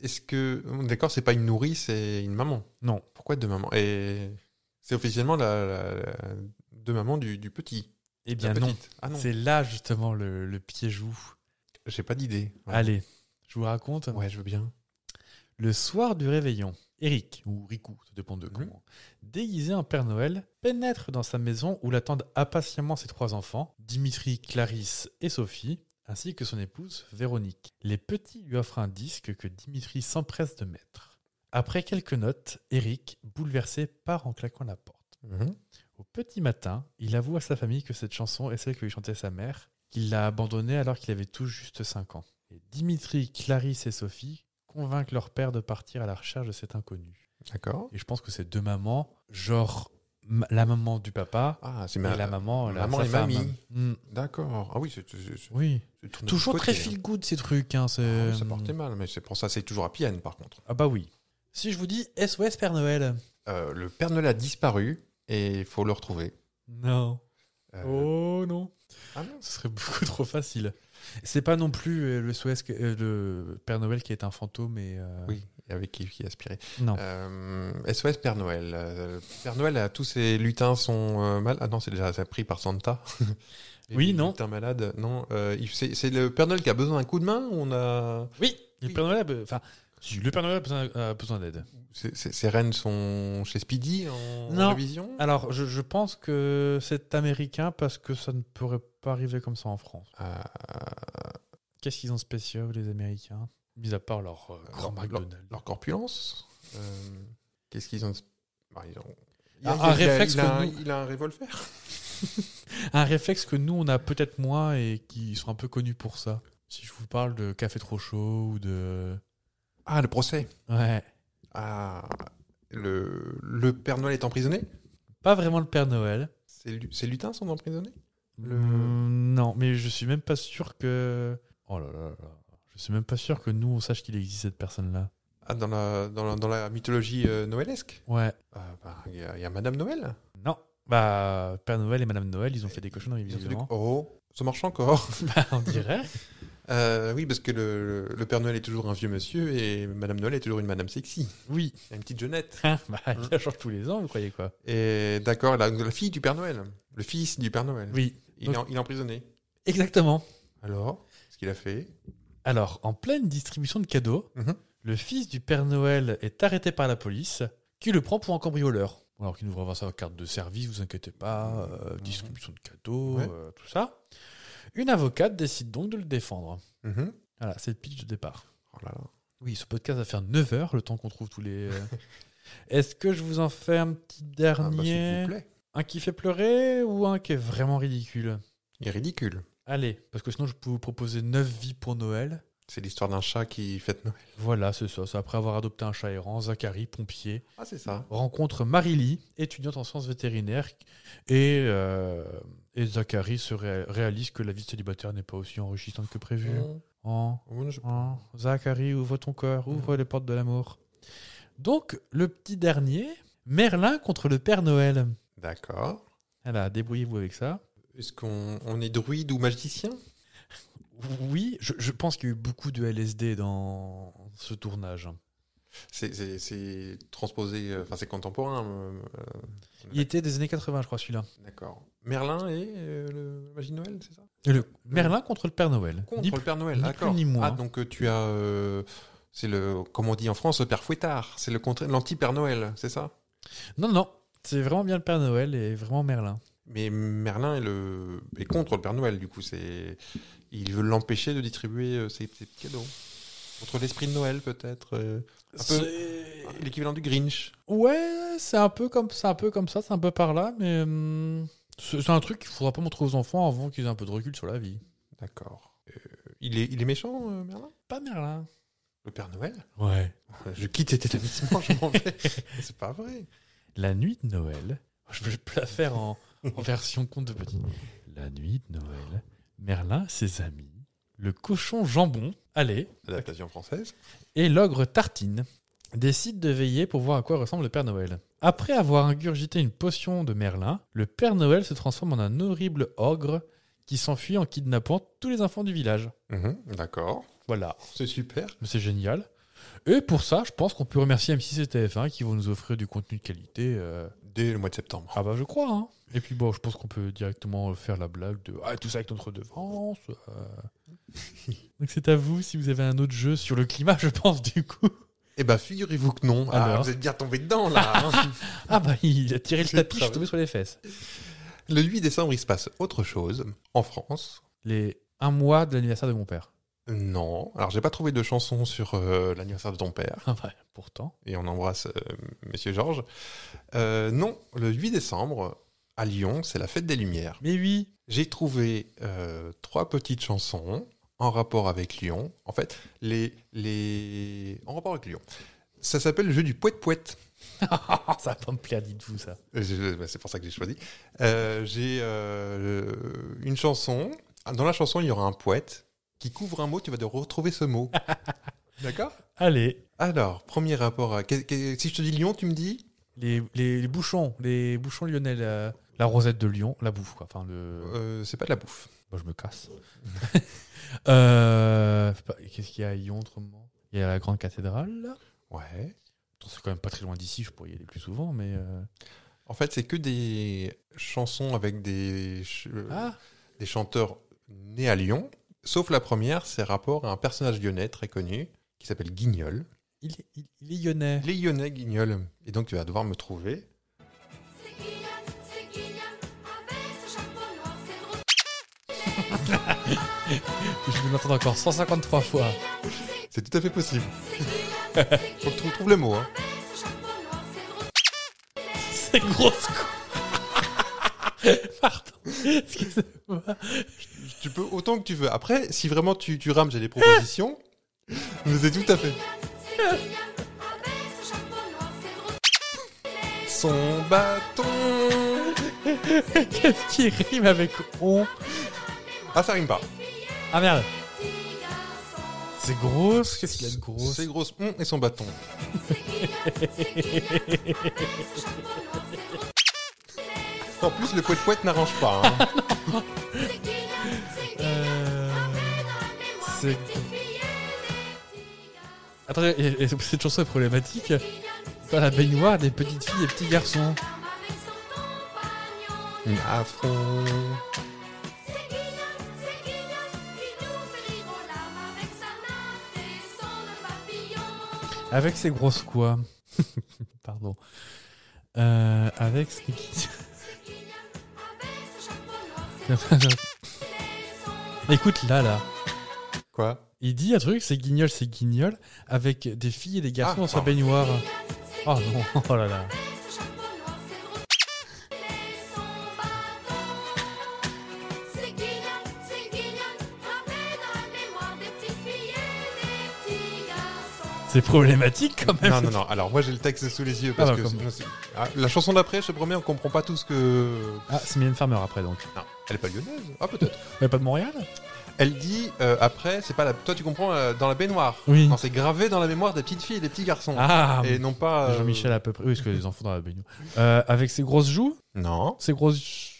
A: Est-ce que d'accord, c'est pas une nourrice, c'est une maman.
C: Non.
A: Pourquoi deux mamans Et c'est officiellement la, la, la- deux mamans du, du petit.
C: Eh
A: de la
C: bien, non.
A: petite. Ah non.
C: C'est là justement le, le piège où.
A: J'ai pas d'idée. Ouais.
C: Allez, je vous raconte.
A: Ouais, je veux bien.
C: Le soir du réveillon, Eric, ou Riku, ça dépend de
A: Mhm.
C: comment, déguisé en Père Noël, pénètre dans sa maison où l'attendent impatiemment ses trois enfants, Dimitri, Clarisse et Sophie, ainsi que son épouse, Véronique. Les petits lui offrent un disque que Dimitri s'empresse de mettre. Après quelques notes, Eric, bouleversé, part en claquant la porte.
A: Mhm.
C: Au petit matin, il avoue à sa famille que cette chanson est celle que lui chantait sa mère, qu'il l'a abandonnée alors qu'il avait tout juste 5 ans. Et Dimitri, Clarisse et Sophie convainquent leur père de partir à la recherche de cet inconnu.
A: D'accord.
C: Et je pense que ces deux mamans, genre m- la maman du papa
A: Ah, c'est
C: et la maman, la
A: maman
C: sa
A: et
C: femme.
A: mamie.
C: Mm.
A: D'accord. Ah oui, c'est c'est- c'est-
C: Oui.
A: c'est tourné
C: Toujours
A: de côté,
C: très
A: hein.
C: feel good ces trucs. hein,
A: Ah
C: c'est-
A: oui, Ça portait mal, mais c'est pour ça, c'est toujours à Pienne par contre.
C: Ah bah oui. Si je vous dis SOS Père Noël.
A: Euh, le Père Noël a disparu et il faut le retrouver.
C: Non.
A: Euh,
C: Oh non.
A: Ah non,
C: Ce serait beaucoup trop facile. C'est pas non plus euh, le, SOS que- euh, le Père Noël qui est un fantôme et. euh,
A: oui, avec qui, qui aspirait.
C: Non.
A: Euh, SOS Père Noël. Euh, Père Noël, a, tous ses lutins sont euh, mal. Ah non, c'est déjà c'est pris par Santa. Les
C: Oui, non.
A: lutins malades, non. euh, il- c'est c'est le Père Noël qui a besoin d'un coup de main ou on a.
C: Oui, le
A: Oui.
C: Père Noël a be- Enfin, si, le Père Noël a besoin, a besoin d'aide.
A: Ses ses- ses reines sont chez Speedy en,
C: Non. Ah.
A: en révision
C: Alors, je, je pense que c'est américain parce que ça ne pourrait pas arriver comme ça en France.
A: Euh,
C: Qu'est-ce qu'ils ont de spécial, les Américains Mis à part leur euh, grand
A: leur-
C: McDonald's.
A: leur corpulence. euh, Qu'est-ce qu'ils ont de- bah, ils ont...
C: Un-
A: il
C: un
A: il
C: réflexe
A: il a,
C: que
A: un-
C: nous-
A: il a un revolver.
C: Un réflexe que nous, on a peut-être moins et qui sont un peu connus pour ça. Si je vous parle de café trop chaud ou de.
A: Ah, le procès.
C: Ouais.
A: Ah, le, le Père Noël est emprisonné
C: Pas vraiment le Père Noël.
A: Ses lu- ses lutins sont emprisonnés Le-
C: Mm, Non, mais je suis même pas sûr que. Oh là là là. Je suis même pas sûr que nous on sache qu'il existe cette personne-là.
A: Ah, dans la, dans la, dans la mythologie euh, noëlesque
C: Ouais.
A: Euh, bah, Il y a- il y, a Madame Noël.
C: Non. Bah, Père Noël et Madame Noël, ils ont fait des cochonneries,
A: Ils ont fait du-
C: visiblement.
A: Oh, ça marche encore.
C: Bah, on dirait.
A: Euh, oui, parce que le, le Père Noël est toujours un vieux monsieur et Madame Noël est toujours une Madame sexy.
C: Oui.
A: Une petite jeunette.
C: bah, il change tous les ans, vous croyez quoi
A: Et d'accord, la, la fille du Père Noël. Le fils du Père Noël.
C: Oui.
A: Il, est, en- il est emprisonné.
C: Exactement.
A: Alors, ce qu'il a fait
C: Alors, en pleine distribution de cadeaux,
A: Mhm.
C: le fils du Père Noël est arrêté par la police, qui le prend pour un cambrioleur. Alors qu'il nous renvoie sa carte de service, vous inquiétez pas, euh,
A: Mhm.
C: distribution de cadeaux,
A: Ouais.
C: euh, tout ça. Une avocate décide donc de le défendre.
A: Mhm.
C: Voilà, c'est le pitch de départ.
A: Oh là là.
C: Oui, ce podcast va faire 9 heures, le temps qu'on trouve tous les... euh. Est-ce que je vous en fais un petit
A: Ah, bah, S'il
C: dernier
A: vous plaît.
C: Un qui fait pleurer ou un qui est vraiment ridicule
A: Il est ridicule.
C: Allez, parce que sinon je peux vous proposer 9 vies pour Noël.
A: C'est l'histoire d'un chat qui fête Noël.
C: Voilà, c'est ça. C'est après avoir adopté un chat errant, Zachary, pompier,
A: Ah, c'est ça.
C: rencontre Marily, étudiante en sciences vétérinaires, et, euh, et Zachary se ré- réalise que la vie de célibataire n'est pas aussi enrichissante que prévu.
A: Mm.
C: Oh,
A: Oh, je-
C: oh, Zachary, ouvre ton cœur,
A: Mm.
C: ouvre les portes de l'amour. Donc, le petit dernier, Merlin contre le Père Noël.
A: D'accord.
C: Voilà, débrouillez-vous avec ça.
A: Est-ce qu'on on est druide ou magicien
C: Oui, je, je pense qu'il y a eu beaucoup de LSD dans ce tournage.
A: C'est- C'est c'est transposé, euh, enfin c'est contemporain. euh, euh,
C: Il était des années 80, je crois, celui-là.
A: D'accord. Merlin et euh, le magie de Noël, c'est ça
C: Le Merlin contre le Père Noël.
A: Contre
C: Ni-
A: le Père Noël,
C: ni
A: d'accord.
C: plus ni moins.
A: Ah, donc euh, tu as. euh, c'est le, comme on dit en France, le Père Fouettard. C'est le contraire, l'anti-Père Noël, c'est ça
C: Non, non, c'est vraiment bien le Père Noël et vraiment Merlin.
A: Mais Merlin est, le, est contre le Père Noël, du coup. c'est Il veut l'empêcher de distribuer euh, ses, ses petits cadeaux. Contre l'esprit de Noël, peut-être. euh, un peu
C: C'est-
A: l'équivalent du Grinch.
C: Ouais, c'est un peu comme c'est un peu comme ça, c'est un peu par là, mais hum, c'est c'est un truc qu'il faudra pas montrer aux enfants avant qu'ils aient un peu de recul sur la vie.
A: D'accord. Euh, il, est, il est méchant, euh, Merlin
C: Pas Merlin.
A: Le Père Noël
C: Ouais.
A: Je quitte cet établissement, je m'en vais. C'est pas vrai.
C: La nuit de Noël. Je peux la faire en, en version conte de petit. La nuit de Noël. Merlin, ses amis, le cochon jambon, allez,
A: Adaptation française.
C: et l'ogre Tartine décident de veiller pour voir à quoi ressemble le Père Noël. Après avoir ingurgité une potion de Merlin, le Père Noël se transforme en un horrible ogre qui s'enfuit en kidnappant tous les enfants du village.
A: Mhm, D'accord.
C: Voilà,
A: C'est super.
C: c'est génial. Et pour ça, je pense qu'on peut remercier M6 et TF1 qui vont nous offrir du contenu de qualité. euh,
A: Dès le mois de septembre.
C: Ah bah je crois. hein. Et puis bon, je pense qu'on peut directement faire la blague de ah, tout ça avec notre devance. euh. Donc c'est à vous si vous avez un autre jeu sur le climat, je pense du coup.
A: Eh ben, figurez-vous que non. Ah,
C: Alors
A: vous êtes bien tombé dedans, là. hein.
C: Ah bah il a tiré le
A: J'ai
C: tapis, je suis
A: travaillé.
C: tombé sur les fesses.
A: le 8 décembre, il se passe autre chose en France.
C: Les un mois de l'anniversaire de mon père.
A: Non. Alors, j'ai pas trouvé de chanson sur euh, l'anniversaire de ton père.
C: Ah bah, pourtant.
A: Et on embrasse euh, Monsieur Georges. Euh, non, le 8 décembre, à Lyon, c'est la fête des Lumières.
C: Mais oui.
A: J'ai trouvé euh, trois petites chansons en rapport avec Lyon. En fait, les, les... en rapport avec Lyon. Ça s'appelle le jeu du poète poète.
C: Ah, ça va pas me plaire, dites-vous ça.
A: bah, C'est pour ça que j'ai choisi. Euh, j'ai euh, une chanson. Dans la chanson, il y aura un poète qui couvre un mot. Tu vas devoir retrouver ce mot. D'accord
C: Allez,
A: Alors, premier rapport. À... qu'est- qu'est- Si je te dis Lyon, tu me dis
C: les, les, les bouchons, les bouchons lyonnais, la, la rosette de Lyon, la bouffe quoi. Enfin le.
A: Euh, C'est pas de la bouffe.
C: Bah, je me casse. Euh, c'est pas- Qu'est-ce qu'il y a à Lyon autrement Il y a la grande cathédrale. là.
A: Ouais.
C: Attends, C'est quand même pas très loin d'ici, je pourrais y aller plus souvent, mais. euh,
A: En fait, c'est que des chansons avec des. euh, ch-
C: Ah
A: des chanteurs nés à Lyon, sauf la première, c'est rapport à un personnage lyonnais très connu qui s'appelle Guignol.
C: il, est- il- il est lyonnais.
A: Les Lyonnais Guignol. Et donc tu vas devoir me trouver.
E: C'est Guignol, c'est Guignol, avec ce chapeau noir, c'est drôle.
C: Je vais m'attendre encore 153 fois.
A: C'est tout à fait possible.
E: C'est Guignol, c'est
A: Faut que tu
E: Guignol,
A: trouves le mot. hein.
E: avec ce chapeau noir, c'est drôle.
C: C'est grosse Pardon. Excusez-moi.
A: Tu peux autant que tu veux. Après, si vraiment tu, tu rames, j'ai des propositions. Mais c'est tout à fait.
E: C'est Guignol, avec ce chapeau noir, c'est drôle.
A: Son bâton.
C: Qu'est-ce qui rime avec on
A: Ah, ça rime pas.
C: Ah merde.
E: Petit garçon,
C: c'est grosse. Qu'est-ce qu'il a de grosse
A: C'est grosse. Hum, et son bâton.
E: C'est Guillaume, c'est Guillaume, avec ce chapeau noir, c'est gros.
A: En plus, le poète-poète n'arrange pas. hein.
E: C'est Guillaume, c'est Guillaume,
C: Euh,
E: dans
C: c'est-
E: la mémoire des petites filles et des petits garçons.
C: Attendez, et- et cette chanson est problématique. Dans la baignoire des petites filles et petits garçons. Hmm.
E: Avec son compagnon,
A: À fond.
E: c'est Guillaume, c'est Guillaume, il nous fait rire aux larmes avec sa nappe et son papillon.
C: Avec ses grosses quoi Pardon. Euh, avec ses...
E: Avec ce chapeau noir,
C: Écoute, là, là.
A: Quoi
C: Il dit un truc, c'est guignol, c'est guignol, avec des filles et des garçons
A: Ah,
C: dans sa
A: pardon.
C: baignoire. Oh non, oh là là.
E: ce chapeau noir, c'est gros. Et son bâton. C'est Guillaume, c'est Guillaume, gravé dans la mémoire des petites filles et des petits garçons.
C: C'est problématique quand même.
A: Non, non, non. Alors, moi, j'ai le texte sous les yeux. Parce
C: Ah, bah,
A: que
C: comme-
A: c'est- Ah, la chanson d'après, je te promets, on comprend pas tout ce que.
C: Ah, c'est Mylène Farmer après donc.
A: Non, elle est pas lyonnaise. Ah, peut-être.
C: Mais pas de Montréal
A: Elle dit euh, après, c'est pas la. Toi, tu comprends euh, dans la baignoire.
C: Oui.
A: Non, c'est gravé dans la mémoire des petites filles et des petits garçons.
C: Ah
A: et non pas. euh,
C: Jean-Michel à peu près. Oui, parce que les enfants dans la baignoire. Euh, avec ses grosses joues,
A: Non,
C: ses grosses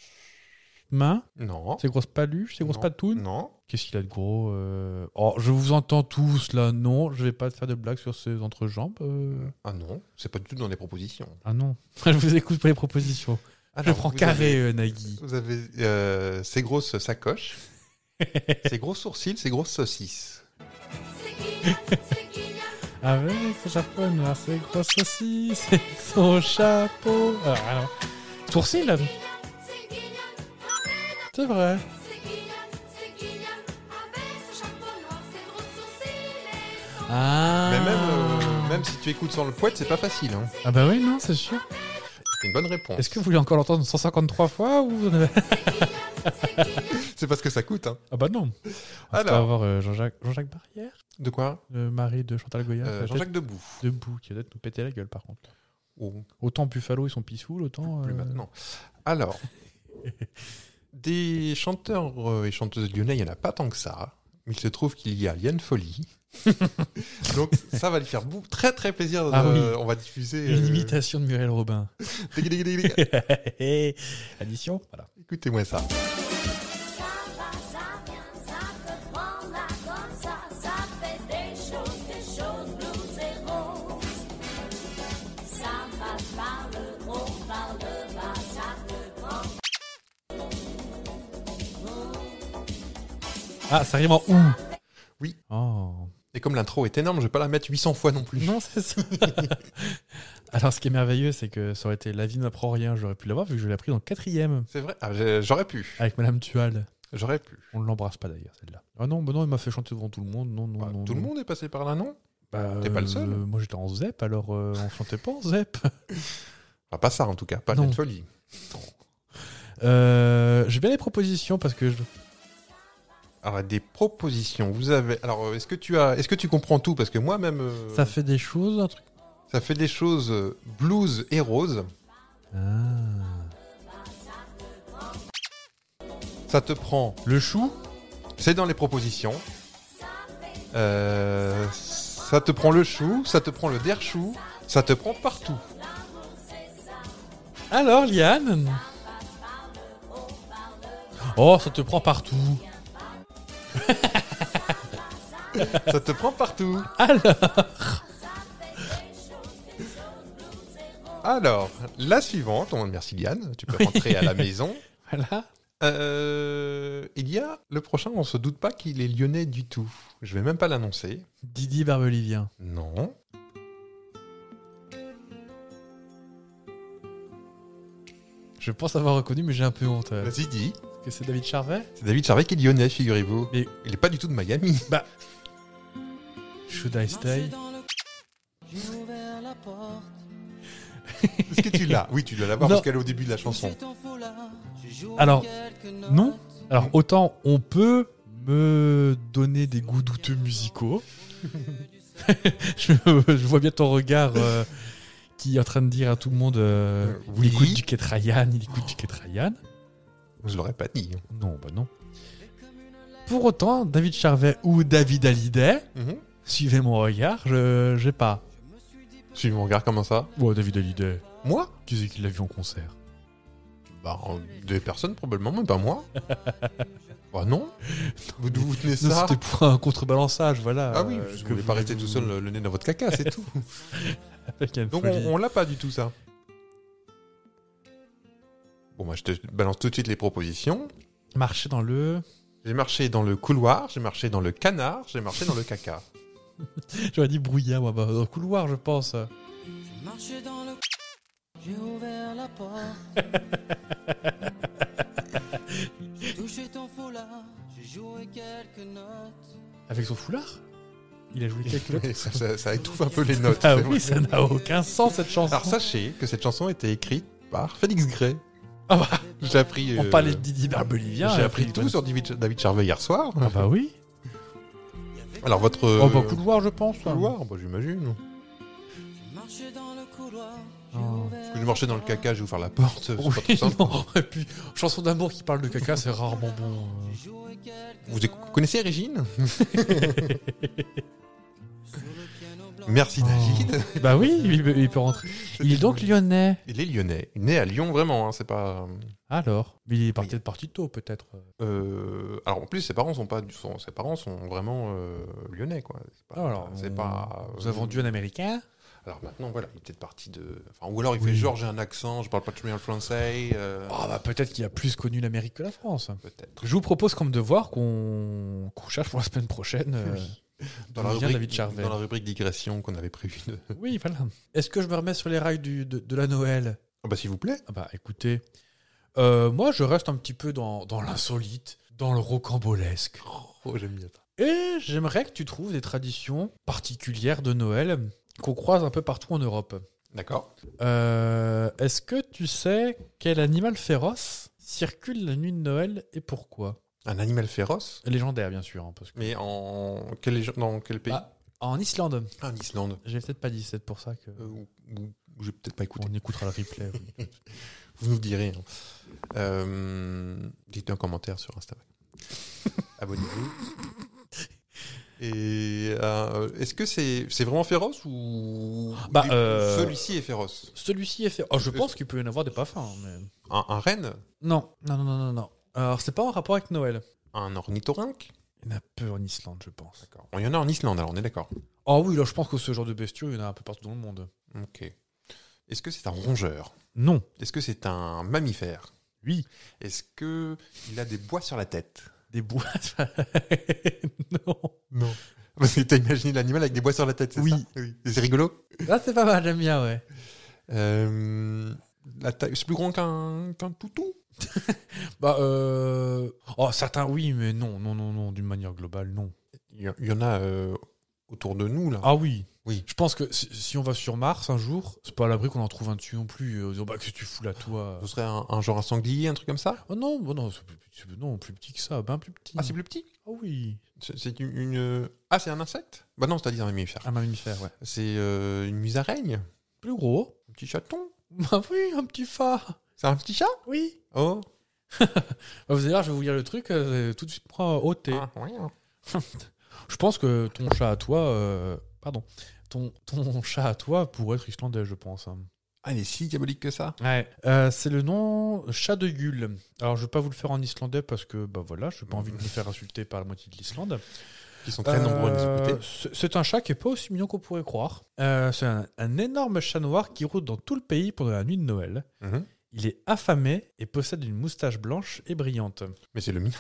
C: mains,
A: non.
C: ses grosses paluches, ses grosses
A: Non,
C: patounes.
A: Non.
C: Qu'est-ce qu'il a de gros euh, Oh, je vous entends tous là. Non, je vais pas te faire de blagues sur ses entrejambes. euh.
A: Ah non, c'est pas du tout dans les propositions.
C: Ah non. je vous écoute pour les propositions. je
A: Alors,
C: prends
A: vous
C: carré,
A: avez-
C: euh, Nagui.
A: Vous avez euh, ces grosses sacoches, ces gros sourcils, ces grosses saucisses.
E: C'est Guillaume, c'est Guillaume.
C: Avec son chapeau noir, ses grosses saucisses, son chapeau. Ah, alors. Sourcil là. C'est vrai. Ah.
A: Mais même, euh, même si tu écoutes sans le poète, c'est pas facile. hein.
C: Ah bah oui, non, c'est sûr.
A: C'est une bonne réponse.
C: Est-ce que vous voulez encore l'entendre 153 fois ou vous en avez-
A: C'est parce que ça coûte. hein.
C: Ah bah non. On va
A: Alors.
C: avoir euh, Jean-Jacques Jean-Jacques Barrière,
A: De quoi
C: le mari de Chantal Goya,
A: Euh,
C: qui va
A: Jean-Jacques Debout.
C: peut-être debout, qui va peut-être nous péter la gueule par contre.
A: Oh,
C: Autant Buffalo ils sont pissouls, autant.
A: plus
C: euh,
A: maintenant. Alors, des chanteurs euh, et chanteuses lyonnais, il n'y en a pas tant que ça. Mais il se trouve qu'il y a Yann Folly. Donc ça va lui faire bou- très très plaisir.
C: Ah
A: euh, On va diffuser. euh,
C: Une
A: Eh,
C: imitation de Muriel Robin. Addition, voilà.
A: Écoutez-moi ça.
C: Ah, ça rime en OU
A: Oui.
C: Oh.
A: Et comme l'intro est énorme, je vais pas la mettre 800 fois non plus.
C: Non, c'est ça. Alors, ce qui est merveilleux, c'est que ça aurait été La vie n'apprend rien, j'aurais pu l'avoir vu que je l'ai appris en quatrième
A: C'est vrai. Ah, j'ai- j'aurais pu.
C: avec Madame Tual.
A: J'aurais pu.
C: On ne l'embrasse pas d'ailleurs, celle-là. Ah non, bah non, elle m'a fait chanter devant tout le monde. Non, non,
A: Ah,
C: non.
A: Tout le
C: non.
A: monde est passé par là, non
C: Bah,
A: T'es pas le
C: euh,
A: seul
C: Moi, j'étais en ZEP, alors euh, on chantait pas en ZEP.
A: Enfin, Pas ça en tout cas. Pas
C: Non.
A: Yann Folly.
C: Euh, J'ai bien les propositions parce que je.
A: Alors des propositions. Vous avez. Alors euh, est-ce que tu as. Est-ce que tu comprends tout Parce que moi-même. euh,
C: Ça fait des choses, un truc.
A: Ça fait des choses euh, blues et rose. Ça te prend.
C: Le chou
A: C'est dans les propositions. Euh, ça te prend le chou, ça te prend le der chou, ça te prend partout.
C: Alors, Liane Oh, ça te prend partout.
A: Ça te prend partout. Alors, la suivante, on merci Liane, tu peux rentrer à la maison.
C: Voilà.
A: Euh, il y a le prochain, on se doute pas qu'il est lyonnais du tout. Je vais même pas l'annoncer.
C: Didi Barbelivien.
A: Non.
C: Je pense avoir reconnu, mais j'ai un peu honte. euh,
A: Vas-y, dis.
C: Est-ce que c'est David Charvet
A: C'est David Charvet qui est lyonnais, figurez-vous.
C: Mais-
A: Il est pas du tout de Miami.
C: Should I stay
F: J'ai ouvert la porte,
A: Est-ce que tu l'as Oui, tu dois l'avoir
C: Non.
A: parce qu'elle est au début de la
F: je
A: chanson.
F: suis en foulard, j'ai joué
C: Alors,
F: quelques notes.
C: non. Alors, autant on peut me donner des goûts douteux musicaux. je, je vois bien ton regard euh, qui est en train de dire à tout le monde euh,
A: Euh,
C: il
A: oui.
C: écoute du Kate Ryan, il écoute du Kate Ryan.
A: Je l'aurais pas dit.
C: Non, bah non. Pour autant, David Charvet ou David Hallyday,
A: Mhm.
C: suivez mon regard, je j'ai pas.
A: Tu me regardes comment ça
C: Ouais, David Hallyday,
A: Moi
C: qui c'est qui l'a vu en concert
A: Bah, euh, des personnes probablement, mais pas moi. bah non Vous d'où vous tenez
C: Non,
A: ça
C: C'était pour un contrebalançage, voilà.
A: Ah oui,
C: euh,
A: parce que
C: que
A: vous voulez pas rester
C: vous-
A: tout seul le, le nez dans votre caca, c'est tout.
C: avec Anne
A: Donc on,
C: Folie.
A: on l'a pas du tout ça. Bon, moi je te balance tout de suite les propositions.
C: Marcher dans le.
A: J'ai marché dans le couloir, j'ai marché dans le canard, j'ai marché dans le caca.
C: J'aurais dit brouillard, moi, bah, dans le couloir, je pense.
F: Je marchais dans le. J'ai ouvert la porte. J'ai touché ton foulard. J'ai joué quelques notes.
C: Avec son foulard Il a joué quelques notes.
A: ça, ça- ça étouffe un peu les notes.
C: Ah
A: c'est vrai.
C: oui, ça n'a aucun sens cette chanson.
A: Alors sachez que cette chanson était écrite par Félix Gray.
C: Ah bah,
A: J'ai appris.
C: on
A: euh,
C: parlait de Didi Barbelivien.
A: J'ai
C: euh,
A: appris
C: Philippe
A: tout
C: Mann.
A: sur David David Charvet hier soir.
C: Ah bah oui.
A: Alors votre
C: Oh bah
A: euh,
C: couloir, je pense. hein.
A: couloir, bah, j'imagine.
F: J'ai marché dans le couloir. J'ai
C: Oh.
F: ouvert
A: Parce que j'ai marché dans le caca, j'ai ouvert la porte. c'est pas
C: Oui,
A: trop simple.
C: non. Et puis, chanson d'amour qui parle de caca, c'est rarement bon. euh.
F: J'ai joué quelques
A: Vous éc-
F: notes.
A: connaissez Régine
F: Sur le piano blanc.
A: Merci
C: Oh.
A: David.
C: Bah oui, il peut, il peut rentrer. Il est donc lyonnais.
A: Il est lyonnais, né à Lyon vraiment, hein, c'est pas.
C: Alors Mais il est parti de parti tôt, peut-être.
A: Euh, alors en plus, ses parents sont pas, du- sont- ses parents sont vraiment euh, lyonnais quoi. C'est pas.
C: Alors,
A: Bah, c'est
C: on-
A: pas. euh,
C: Nous avons dû un américain.
A: Alors maintenant, voilà, il est peut-être parti de. Enfin, ou alors il fait
C: Oui.
A: genre j'ai un accent, je parle pas très bien le français. euh,
C: Ah bah peut-être qu'il a plus connu l'Amérique que la France.
A: Peut-être.
C: Je vous propose comme devoir qu'on qu'on cherche pour la semaine prochaine. euh,
A: Dans
C: d'où
A: la,
C: vient
A: rubrique,
C: David Charvet.
A: dans la rubrique digression qu'on avait prévu de.
C: Oui, voilà. Est-ce que je me remets sur les rails du- de, de la Noël
A: Ah bah s'il vous plaît.
C: Ah bah écoutez, euh, moi je reste un petit peu dans, dans l'insolite, dans le rocambolesque.
A: Oh, j'aime bien ça.
C: Et j'aimerais que tu trouves des traditions particulières de Noël qu'on croise un peu partout en Europe.
A: D'accord.
C: Euh, Est-ce que tu sais quel animal féroce circule la nuit de Noël et pourquoi
A: Un animal féroce,
C: Légendaire bien sûr. hein, parce que...
A: mais en quel, lég- dans quel pays
C: Ah, en Islande,
A: Ah, En Islande.
C: j'ai peut-être pas dit, c'est pour ça que...
A: Euh, ou- ou- ou j'ai peut-être pas écouté.
C: On écoutera le replay. oui.
A: Vous nous direz. hein. Euh, dites un commentaire sur Instagram. Abonnez-vous. Et euh, est-ce que c'est c'est vraiment féroce ou
C: Bah,
A: ou-
C: euh,
A: celui-ci est féroce
C: Celui-ci est fait. Oh, je pense qu'il peut y en avoir des pas fins. Mais...
A: un, un renne
C: Non, non, non, non, non, non. Alors, c'est pas en rapport avec Noël.
A: Un ornithorynque
C: Il y en a peu en Islande, je pense.
A: D'accord. Il y en a en Islande, alors on est d'accord.
C: Oh oui, là, je pense que ce genre de bestiaux, il y en a un peu partout dans le monde.
A: Ok. Est-ce que c'est un rongeur
C: Non.
A: Est-ce que c'est un mammifère
C: Oui.
A: Est-ce que il a des bois sur la tête
C: Des boîtes. non.
A: Non. T'as imaginé l'animal avec des bois sur la tête, c'est
C: Oui.
A: ça Oui. C'est rigolo
C: Là, c'est pas mal, j'aime bien, ouais.
A: Euh, la taille, c'est plus grand qu'un qu'un toutou
C: Bah, euh. Oh, certains, oui, mais non, non, non, non, d'une manière globale, non.
A: Il y, a- il y en a euh, autour de nous, là.
C: Ah oui.
A: Oui.
C: Je pense que si, si on va sur Mars un jour, c'est pas à l'abri qu'on en trouve un dessus non plus. euh, disant, bah, qu'est-ce que tu fous là, toi
A: Ce serait un, un genre un sanglier, un truc comme ça
C: Oh non, bah non, c'est plus- c'est- non, plus petit que ça, ben plus petit.
A: Ah, c'est plus petit
C: Ah oui.
A: C'est c'est une, une- Ah, c'est un insecte Bah non, c'est-à-dire un mammifère.
C: Un mammifère, ouais.
A: C'est euh, une musaraigne
C: Plus gros.
A: Un petit chaton
C: Bah oui, un petit phare.
A: C'est un petit chat
C: Oui.
A: Oh
C: Bah, vous allez voir, je vais vous lire le truc, euh, tout de suite prends au thé.
A: Ah, ouais.
C: Je pense que ton chat à toi, euh, pardon, ton, ton chat à toi pourrait être islandais, je pense. hein.
A: Ah, il est si diabolique que ça
C: Ouais. Euh, c'est le nom chat de Yule. Alors je vais pas vous le faire en islandais parce que bah voilà, j'ai pas envie de me faire insulter par la moitié de l'Islande.
A: Ils sont très
C: Euh,
A: nombreux à nous écouter.
C: c'est- C'est un chat qui est pas aussi mignon qu'on pourrait croire. Euh, c'est un, un énorme chat noir qui rôde dans tout le pays pendant la nuit de Noël.
A: Mhm.
C: Il est affamé et possède une moustache blanche et brillante.
A: Mais c'est le mien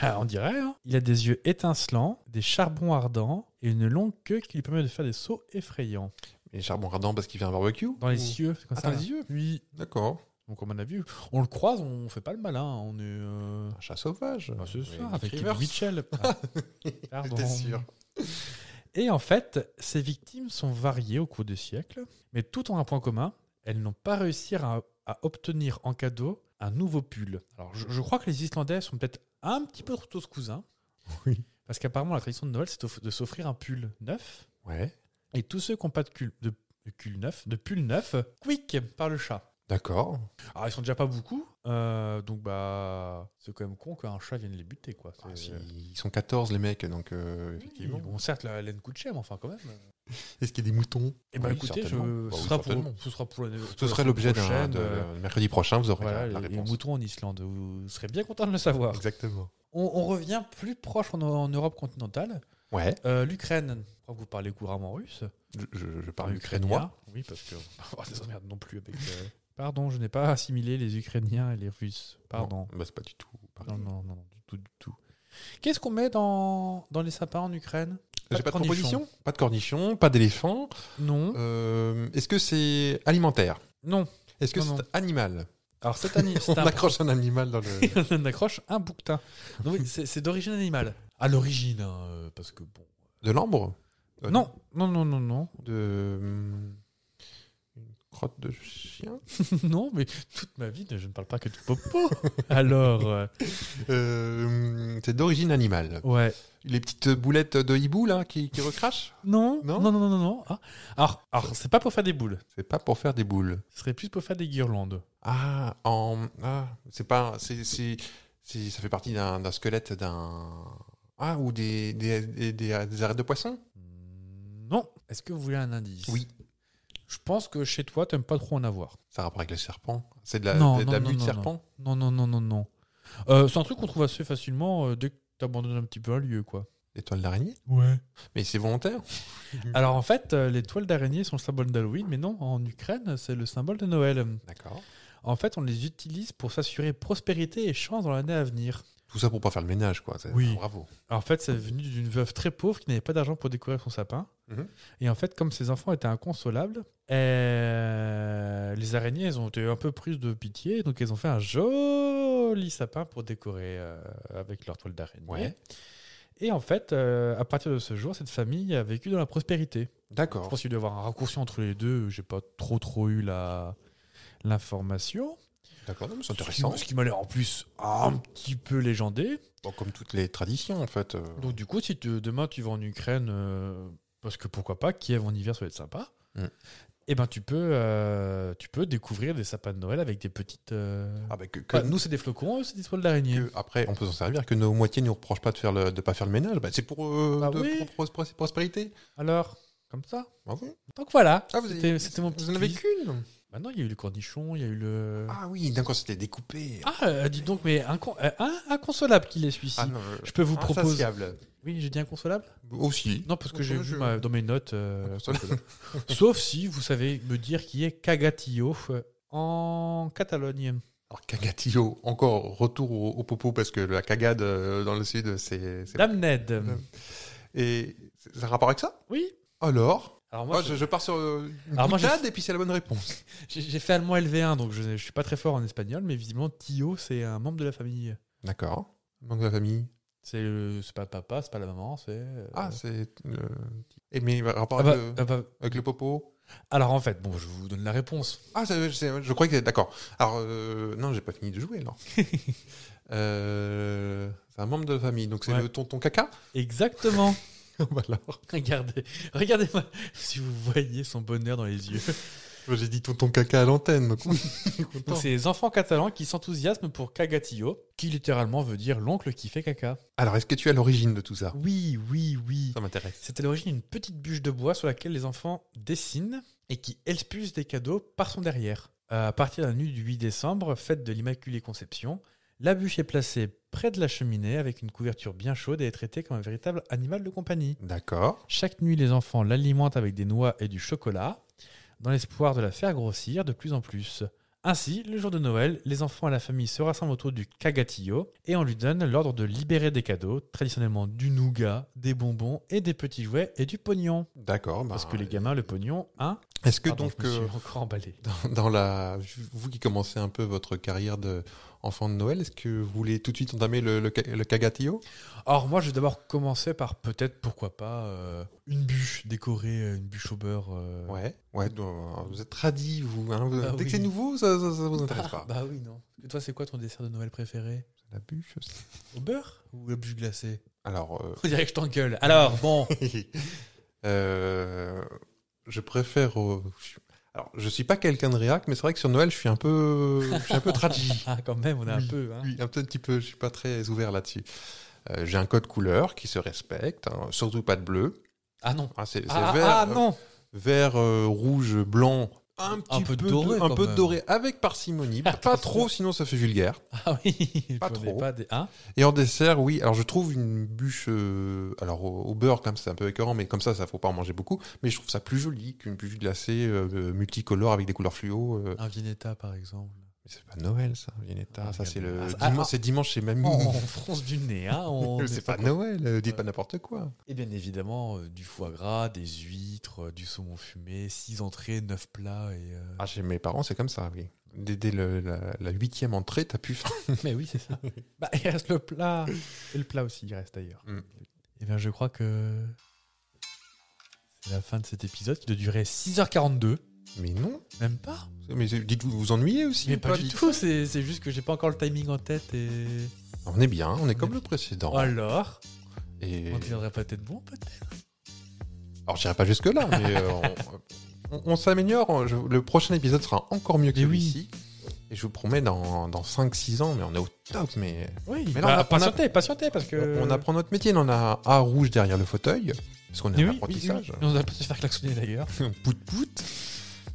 C: Bah, on dirait. hein. Il a des yeux étincelants, des charbons ardents et une longue queue qui lui permet de faire des sauts effrayants.
A: Les charbons ardents parce qu'il fait un barbecue
C: Dans les
A: Ou-
C: cieux, c'est comme
A: Ah,
C: ça.
A: dans
C: là.
A: les yeux
C: Oui.
A: D'accord.
C: Donc, comme on a vu, on le croise, on fait pas le malin. On est. euh,
A: Un chat sauvage.
C: bah, c'est
A: Oui,
C: ça, avec Kate
A: Rivers.
C: Mitchell. Ah, pardon.
A: J'étais sûr.
C: Et en fait, ces victimes sont variées au cours des siècles, mais tout ont un point commun elles n'ont pas réussi à, à obtenir en cadeau un nouveau pull. Alors, je, je crois que les Islandais sont peut-être un petit peu trop tôt ce cousin.
A: Oui.
C: Parce qu'apparemment, la tradition de Noël, c'est de- de s'offrir un pull neuf.
A: Ouais.
C: Et tous ceux qui n'ont pas de cul, de, de cul neuf, de pull neuf, quick par le chat.
A: D'accord.
C: Alors, ils sont déjà pas beaucoup. euh, donc, bah, c'est quand même con qu'un chat vienne les buter, quoi. C'est-
A: Ah, si, Ils sont 14 les mecs, donc euh,
C: Oui,
A: effectivement.
C: bon, certes, la laine coûte cher, mais enfin, quand même.
A: Est-ce qu'il y a des moutons
C: Et bah,
A: Oui,
C: écoutez, je-
A: certainement. Bah
C: ce,
A: oui,
C: sera pour,
A: certainement.
C: ce sera pour l'année- pour
A: Ce
C: la
A: serait
C: semaine
A: l'objet d'un-
C: prochain
A: de mercredi prochain, vous aurez
C: voilà,
A: la, la
C: les, les
A: réponse.
C: moutons en Islande. Vous serez bien content de le savoir.
A: Exactement.
C: On, on revient plus proche en, en Europe continentale.
A: Ouais,
C: Euh, L'Ukraine, je crois que vous parlez couramment russe.
A: je, je- je parle
C: Enfin,
A: ukrainois.
C: Oui, parce que on va avoir des emmerdes non plus avec. euh, Pardon, je n'ai pas assimilé les Ukrainiens et les Russes. Pardon.
A: Non, bah, c'est pas du tout. pareil.
C: Non, non, non, non, du tout, du tout. Qu'est-ce qu'on met dans, dans les sapins en Ukraine
A: J'ai pas, de proposition Pas de cornichons, pas d'éléphants.
C: Non.
A: Euh, Est-ce que c'est alimentaire
C: Non.
A: Est-ce que
C: Non,
A: c'est
C: non.
A: animal
C: Alors cette année,
A: On
C: c'est un-
A: accroche un animal dans le.
C: on accroche un bouquetin. Non, oui, c'est c'est d'origine animale. À l'origine, hein, euh, parce que bon.
A: De l'ambre Euh,
C: non, non, non, non, non.
A: De. hum, Une crotte de chien
C: non, mais toute ma vie, je ne parle pas que de popo. Alors, euh,
A: Euh, hum, C'est d'origine animale.
C: ouais.
A: Les petites boulettes de hibou, là, qui, qui recrachent
C: Non, non,
A: Non
C: non, non, non. non. Ah. Alors, alors c'est pas pour faire des boules.
A: C'est pas pour faire des boules.
C: Ce serait plus pour faire des guirlandes.
A: Ah, en. Ah, c'est pas. C'est, c'est, c'est- ça fait partie d'un, d'un squelette d'un. Ah, ou des, des, des, des- des arêtes de poisson
C: Hmm, Non. Est-ce que vous voulez un indice Je pense que chez toi, t'aimes pas trop en avoir.
A: Ça a rapport avec le serpent C'est de la,
C: Non,
A: de, de la
C: non, non,
A: mue de
C: non,
A: serpent
C: Non, non, non, non, non. Euh, c'est un truc qu'on trouve assez facilement euh, dès que t'abandonnes un petit peu un lieu, quoi.
A: L'étoile d'araignée
C: Ouais.
A: Mais c'est volontaire
C: Alors en fait, euh, les toiles d'araignée sont le symbole d'Halloween, mais non, en Ukraine, c'est le symbole de Noël.
A: D'accord.
C: En fait, on les utilise pour s'assurer prospérité et chance dans l'année à venir.
A: Tout ça pour pas faire le ménage, quoi. C'est-
C: Oui.
A: Bravo.
C: Alors, En fait, c'est venu d'une veuve très pauvre qui n'avait pas d'argent pour découvrir son sapin.
A: Mhm.
C: Et en fait, comme ses enfants étaient inconsolables, euh, les araignées, elles ont été un peu prises de pitié. Donc, elles ont fait un joli sapin pour décorer euh, avec leur toile d'araignée.
A: Ouais.
C: Et en fait, euh, à partir de ce jour, cette famille a vécu dans la prospérité. Je
A: D'accord.
C: pense qu'il doit y avoir un raccourci entre les deux. J'ai pas trop trop eu la l'information.
A: D'accord, non, mais c'est
C: Ce qui-
A: intéressant.
C: Ce qui m'a l'air en plus un petit peu légendé.
A: Bon, comme toutes les traditions, en fait. euh.
C: Donc du coup, si tu- demain tu vas en Ukraine, euh, parce que pourquoi pas, Kiev en hiver, ça va être sympa.
A: Mm.
C: Et ben tu peux, euh, tu peux découvrir des sapins de Noël avec des petites. euh,
A: Ah, bah, que, que-
C: bah, nous c'est des flocons, eux c'est des toiles d'araignée.
A: que après, on peut s'en servir, que nos moitiés ne nous reprochent pas de faire le, de pas faire le ménage. Bah, c'est pour, euh,
C: Bah
A: de-
C: oui.
A: pour, pour- pour- prospérité.
C: Alors, comme ça.
A: Bravo.
C: Donc voilà.
A: Ah, vous avez-
C: C'était c'était mon petit.
A: Vous en avez
C: quiz.
A: qu'une
C: Bah non, il y a eu le cornichon, il y a eu le. Ah,
A: Ah oui, d'accord, c'était découpé.
C: euh, dis donc, mais incon- euh, un inconsolable qui les suit.
A: Ah non,
C: Je peux vous proposer.
A: insatiable.
C: Oui, j'ai dit inconsolable.
A: Aussi.
C: Non, parce que
A: Moi,
C: j'ai
A: je-
C: vu ma- dans mes notes. euh,
A: Inconsolable.
C: Sauf si vous savez me dire qui est Cagatillo euh, en Catalogne.
A: Alors, Cagatillo, encore retour au, au popo parce que la cagade euh, dans le sud, c'est. c'est-
C: Dame Ned.
A: Dame. Et c'est- ça a rapport avec ça
C: Oui.
A: Alors
C: Alors moi,
A: Ouais, je, je pars sur euh, une
C: Alors moi, j'ai-
A: boutade et puis c'est la bonne réponse.
C: j'ai j'ai fait allemand LV1, donc je, ne suis pas très fort en espagnol, mais visiblement, Tio, c'est un membre de la famille.
A: D'accord. Manque de la famille.
C: C'est le- c'est pas le papa, c'est pas la maman, c'est. euh,
A: Ah, c'est. euh, Et mais rapport
C: ah bah,
A: avec, le,
C: ah bah,
A: avec le popo
C: Alors en fait, bon, je vous donne la réponse.
A: Ah, c'est- c'est- je crois que. D'accord. Alors, euh, non, j'ai pas fini de jouer, alors. Euh, c'est un membre de la famille, donc c'est
C: Ouais.
A: le tonton caca
C: Exactement.
A: Voilà.
C: regardez, regardez si vous voyez son bonheur dans les yeux.
A: J'ai dit tonton caca à l'antenne, donc oui.
C: Donc, c'est les enfants catalans qui s'enthousiasment pour Cagatillo, qui littéralement veut dire l'oncle qui fait caca.
A: Alors, est-ce que tu es à l'origine de tout ça
C: Oui, oui, oui.
A: Ça m'intéresse.
C: C'est à l'origine une petite bûche de bois sur laquelle les enfants dessinent et qui expulse des cadeaux par son derrière. Euh, À partir de la nuit du 8 décembre, fête de l'Immaculée Conception, la bûche est placée près de la cheminée avec une couverture bien chaude et est traitée comme un véritable animal de compagnie.
A: D'accord.
C: Chaque nuit, les enfants l'alimentent avec des noix et du chocolat dans l'espoir de la faire grossir de plus en plus. Ainsi, le jour de Noël, les enfants et la famille se rassemblent autour du cagatillo et on lui donne l'ordre de libérer des cadeaux, traditionnellement du nougat, des bonbons et des petits jouets et du pognon.
A: D'accord. bah,
C: Parce que les gamins, le pognon, hein
A: Est-ce que
C: Pardon,
A: donc.
C: je me suis
A: euh,
C: encore emballé.
A: dans la vous qui commencez un peu votre carrière de enfant de Noël, est-ce que vous voulez tout de suite entamer le, le, ca- le cagatillo
C: Euh, Or, moi, je vais d'abord commencer par peut-être, pourquoi pas, euh, une bûche, décorer euh, une bûche au beurre. euh.
A: Ouais, ouais. donc, euh, vous êtes tradis, vous. hein, vous-
C: Bah
A: dès que
C: oui.
A: c'est nouveau, ça, ça, ça vous intéresse
C: Ah,
A: pas.
C: bah oui, non. Et toi, c'est quoi ton dessert de Noël préféré
A: La bûche. aussi.
C: Au beurre ou la bûche glacée
A: Alors, euh,
C: On dirait que je t'engueule. Alors, bon.
A: euh, je préfère. euh, Alors, je suis pas quelqu'un de réac, mais c'est vrai que sur Noël, je suis un peu, je suis un peu tragique.
C: Ah, quand même, on a un peu. hein.
A: Oui, un petit peu, je suis pas très ouvert là-dessus. Euh, J'ai un code couleur qui se respecte, hein, surtout pas de bleu.
C: Ah non.
A: Ah, c'est c'est
C: Ah,
A: vert,
C: ah,
A: euh,
C: non
A: vert, euh, rouge, blanc, un petit
C: peu doré,
A: un
C: quand
A: peu
C: même.
A: doré avec parcimonie, pas trop sinon ça fait vulgaire.
C: Ah oui,
A: Pas
C: je connais
A: trop.
C: Pas des... hein
A: Et en dessert, oui, alors je trouve une bûche euh, alors au, au beurre comme c'est un peu écœurant mais comme ça ça faut pas en manger beaucoup, mais je trouve ça plus joli qu'une bûche glacée euh, multicolore avec des couleurs fluo. euh.
C: Un Vinetta, par exemple.
A: Mais c'est pas Noël ça, Vianetta,
C: Ah,
A: ça c'est le
C: regarde. Ah,
A: dimanche,
C: ah. oh,
A: c'est dimanche chez Mamie.
C: On, on fronce du nez. Hein, on n'est
A: c'est pas Noël, euh, dites
C: Ouais.
A: pas n'importe quoi.
C: Et bien évidemment, euh, du foie gras, des huîtres, euh, du saumon fumé, 6 entrées, 9 plats. Et, euh,
A: Ah, chez mes parents, c'est comme ça, oui. Dès, dès le- la la huitième entrée, t'as pu faim.
C: Mais oui, c'est ça. bah, il reste le plat. Et le plat aussi, il reste d'ailleurs.
A: Mm.
C: Et bien je crois que c'est la fin de cet épisode qui doit durer 6h42.
A: Mais non,
C: Même pas.
A: mais dites-vous, vous vous ennuyez aussi
C: Mais
A: ou
C: pas, du
A: dites-
C: tout, c'est c'est juste que j'ai pas encore le timing en tête et.
A: On est bien, on est comme le précédent.
C: Alors
A: Et...
C: On deviendrait peut-être bon peut-être
A: Alors, j'irai pas jusque-là, mais euh, on, on- on s'améliore. Je- Le prochain épisode sera encore mieux que
C: Mais oui.
A: celui-ci. Et je vous promets, dans, dans 5-6 ans, mais on est au top, mais
C: Oui,
A: Mais
C: mais
A: là, on a-
C: Bah, patientez, patientez parce que.
A: on, on apprend notre métier. On en a un rouge derrière le fauteuil, parce qu'on est
C: Mais
A: en
C: oui, oui, oui.
A: apprentissage.
C: Mais On a pas se faire klaxonner d'ailleurs.
A: Pout-pout.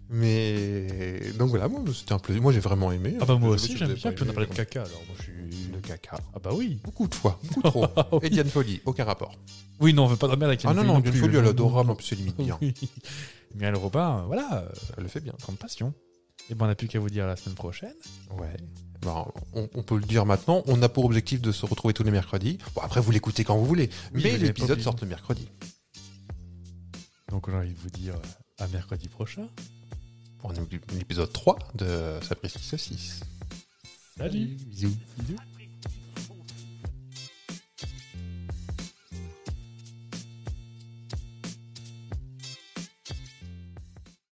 A: Mais donc voilà, moi c'était un plaisir. Moi j'ai vraiment aimé.
C: Ah bah
A: Je
C: moi
A: sais
C: aussi
A: pas si
C: j'aime
A: vous
C: bien.
A: avez
C: Puis on a
A: aimé.
C: parlé de caca alors moi je suis.
A: Le caca.
C: Ah bah oui. Ah
A: Beaucoup de fois, beaucoup trop. Et Diane Folie, aucun rapport.
C: Oui, non, on veut pas d'emmerde avec
A: Ah non, non, Diane
C: plus.
A: Folie, elle est adorable, en plus, elle limite bien.
C: Oui. Mireille Robin, voilà, euh,
A: Elle le fait bien.
C: grande passion. Et ben on n'a plus qu'à vous dire à la semaine prochaine.
A: Ouais. Ben, on, on peut le dire maintenant, on a pour objectif de se retrouver tous les mercredis. Bon, après, vous l'écoutez quand vous voulez,
C: Oui,
A: mais
C: mais pas
A: l'épisode
C: obligé.
A: sort le mercredi.
C: Donc j'ai envie de vous dire euh, à mercredi prochain.
A: On est au- l'épisode 3 de Sapristi Saucisse.
C: Salut.
A: Bisous.
C: Bisous.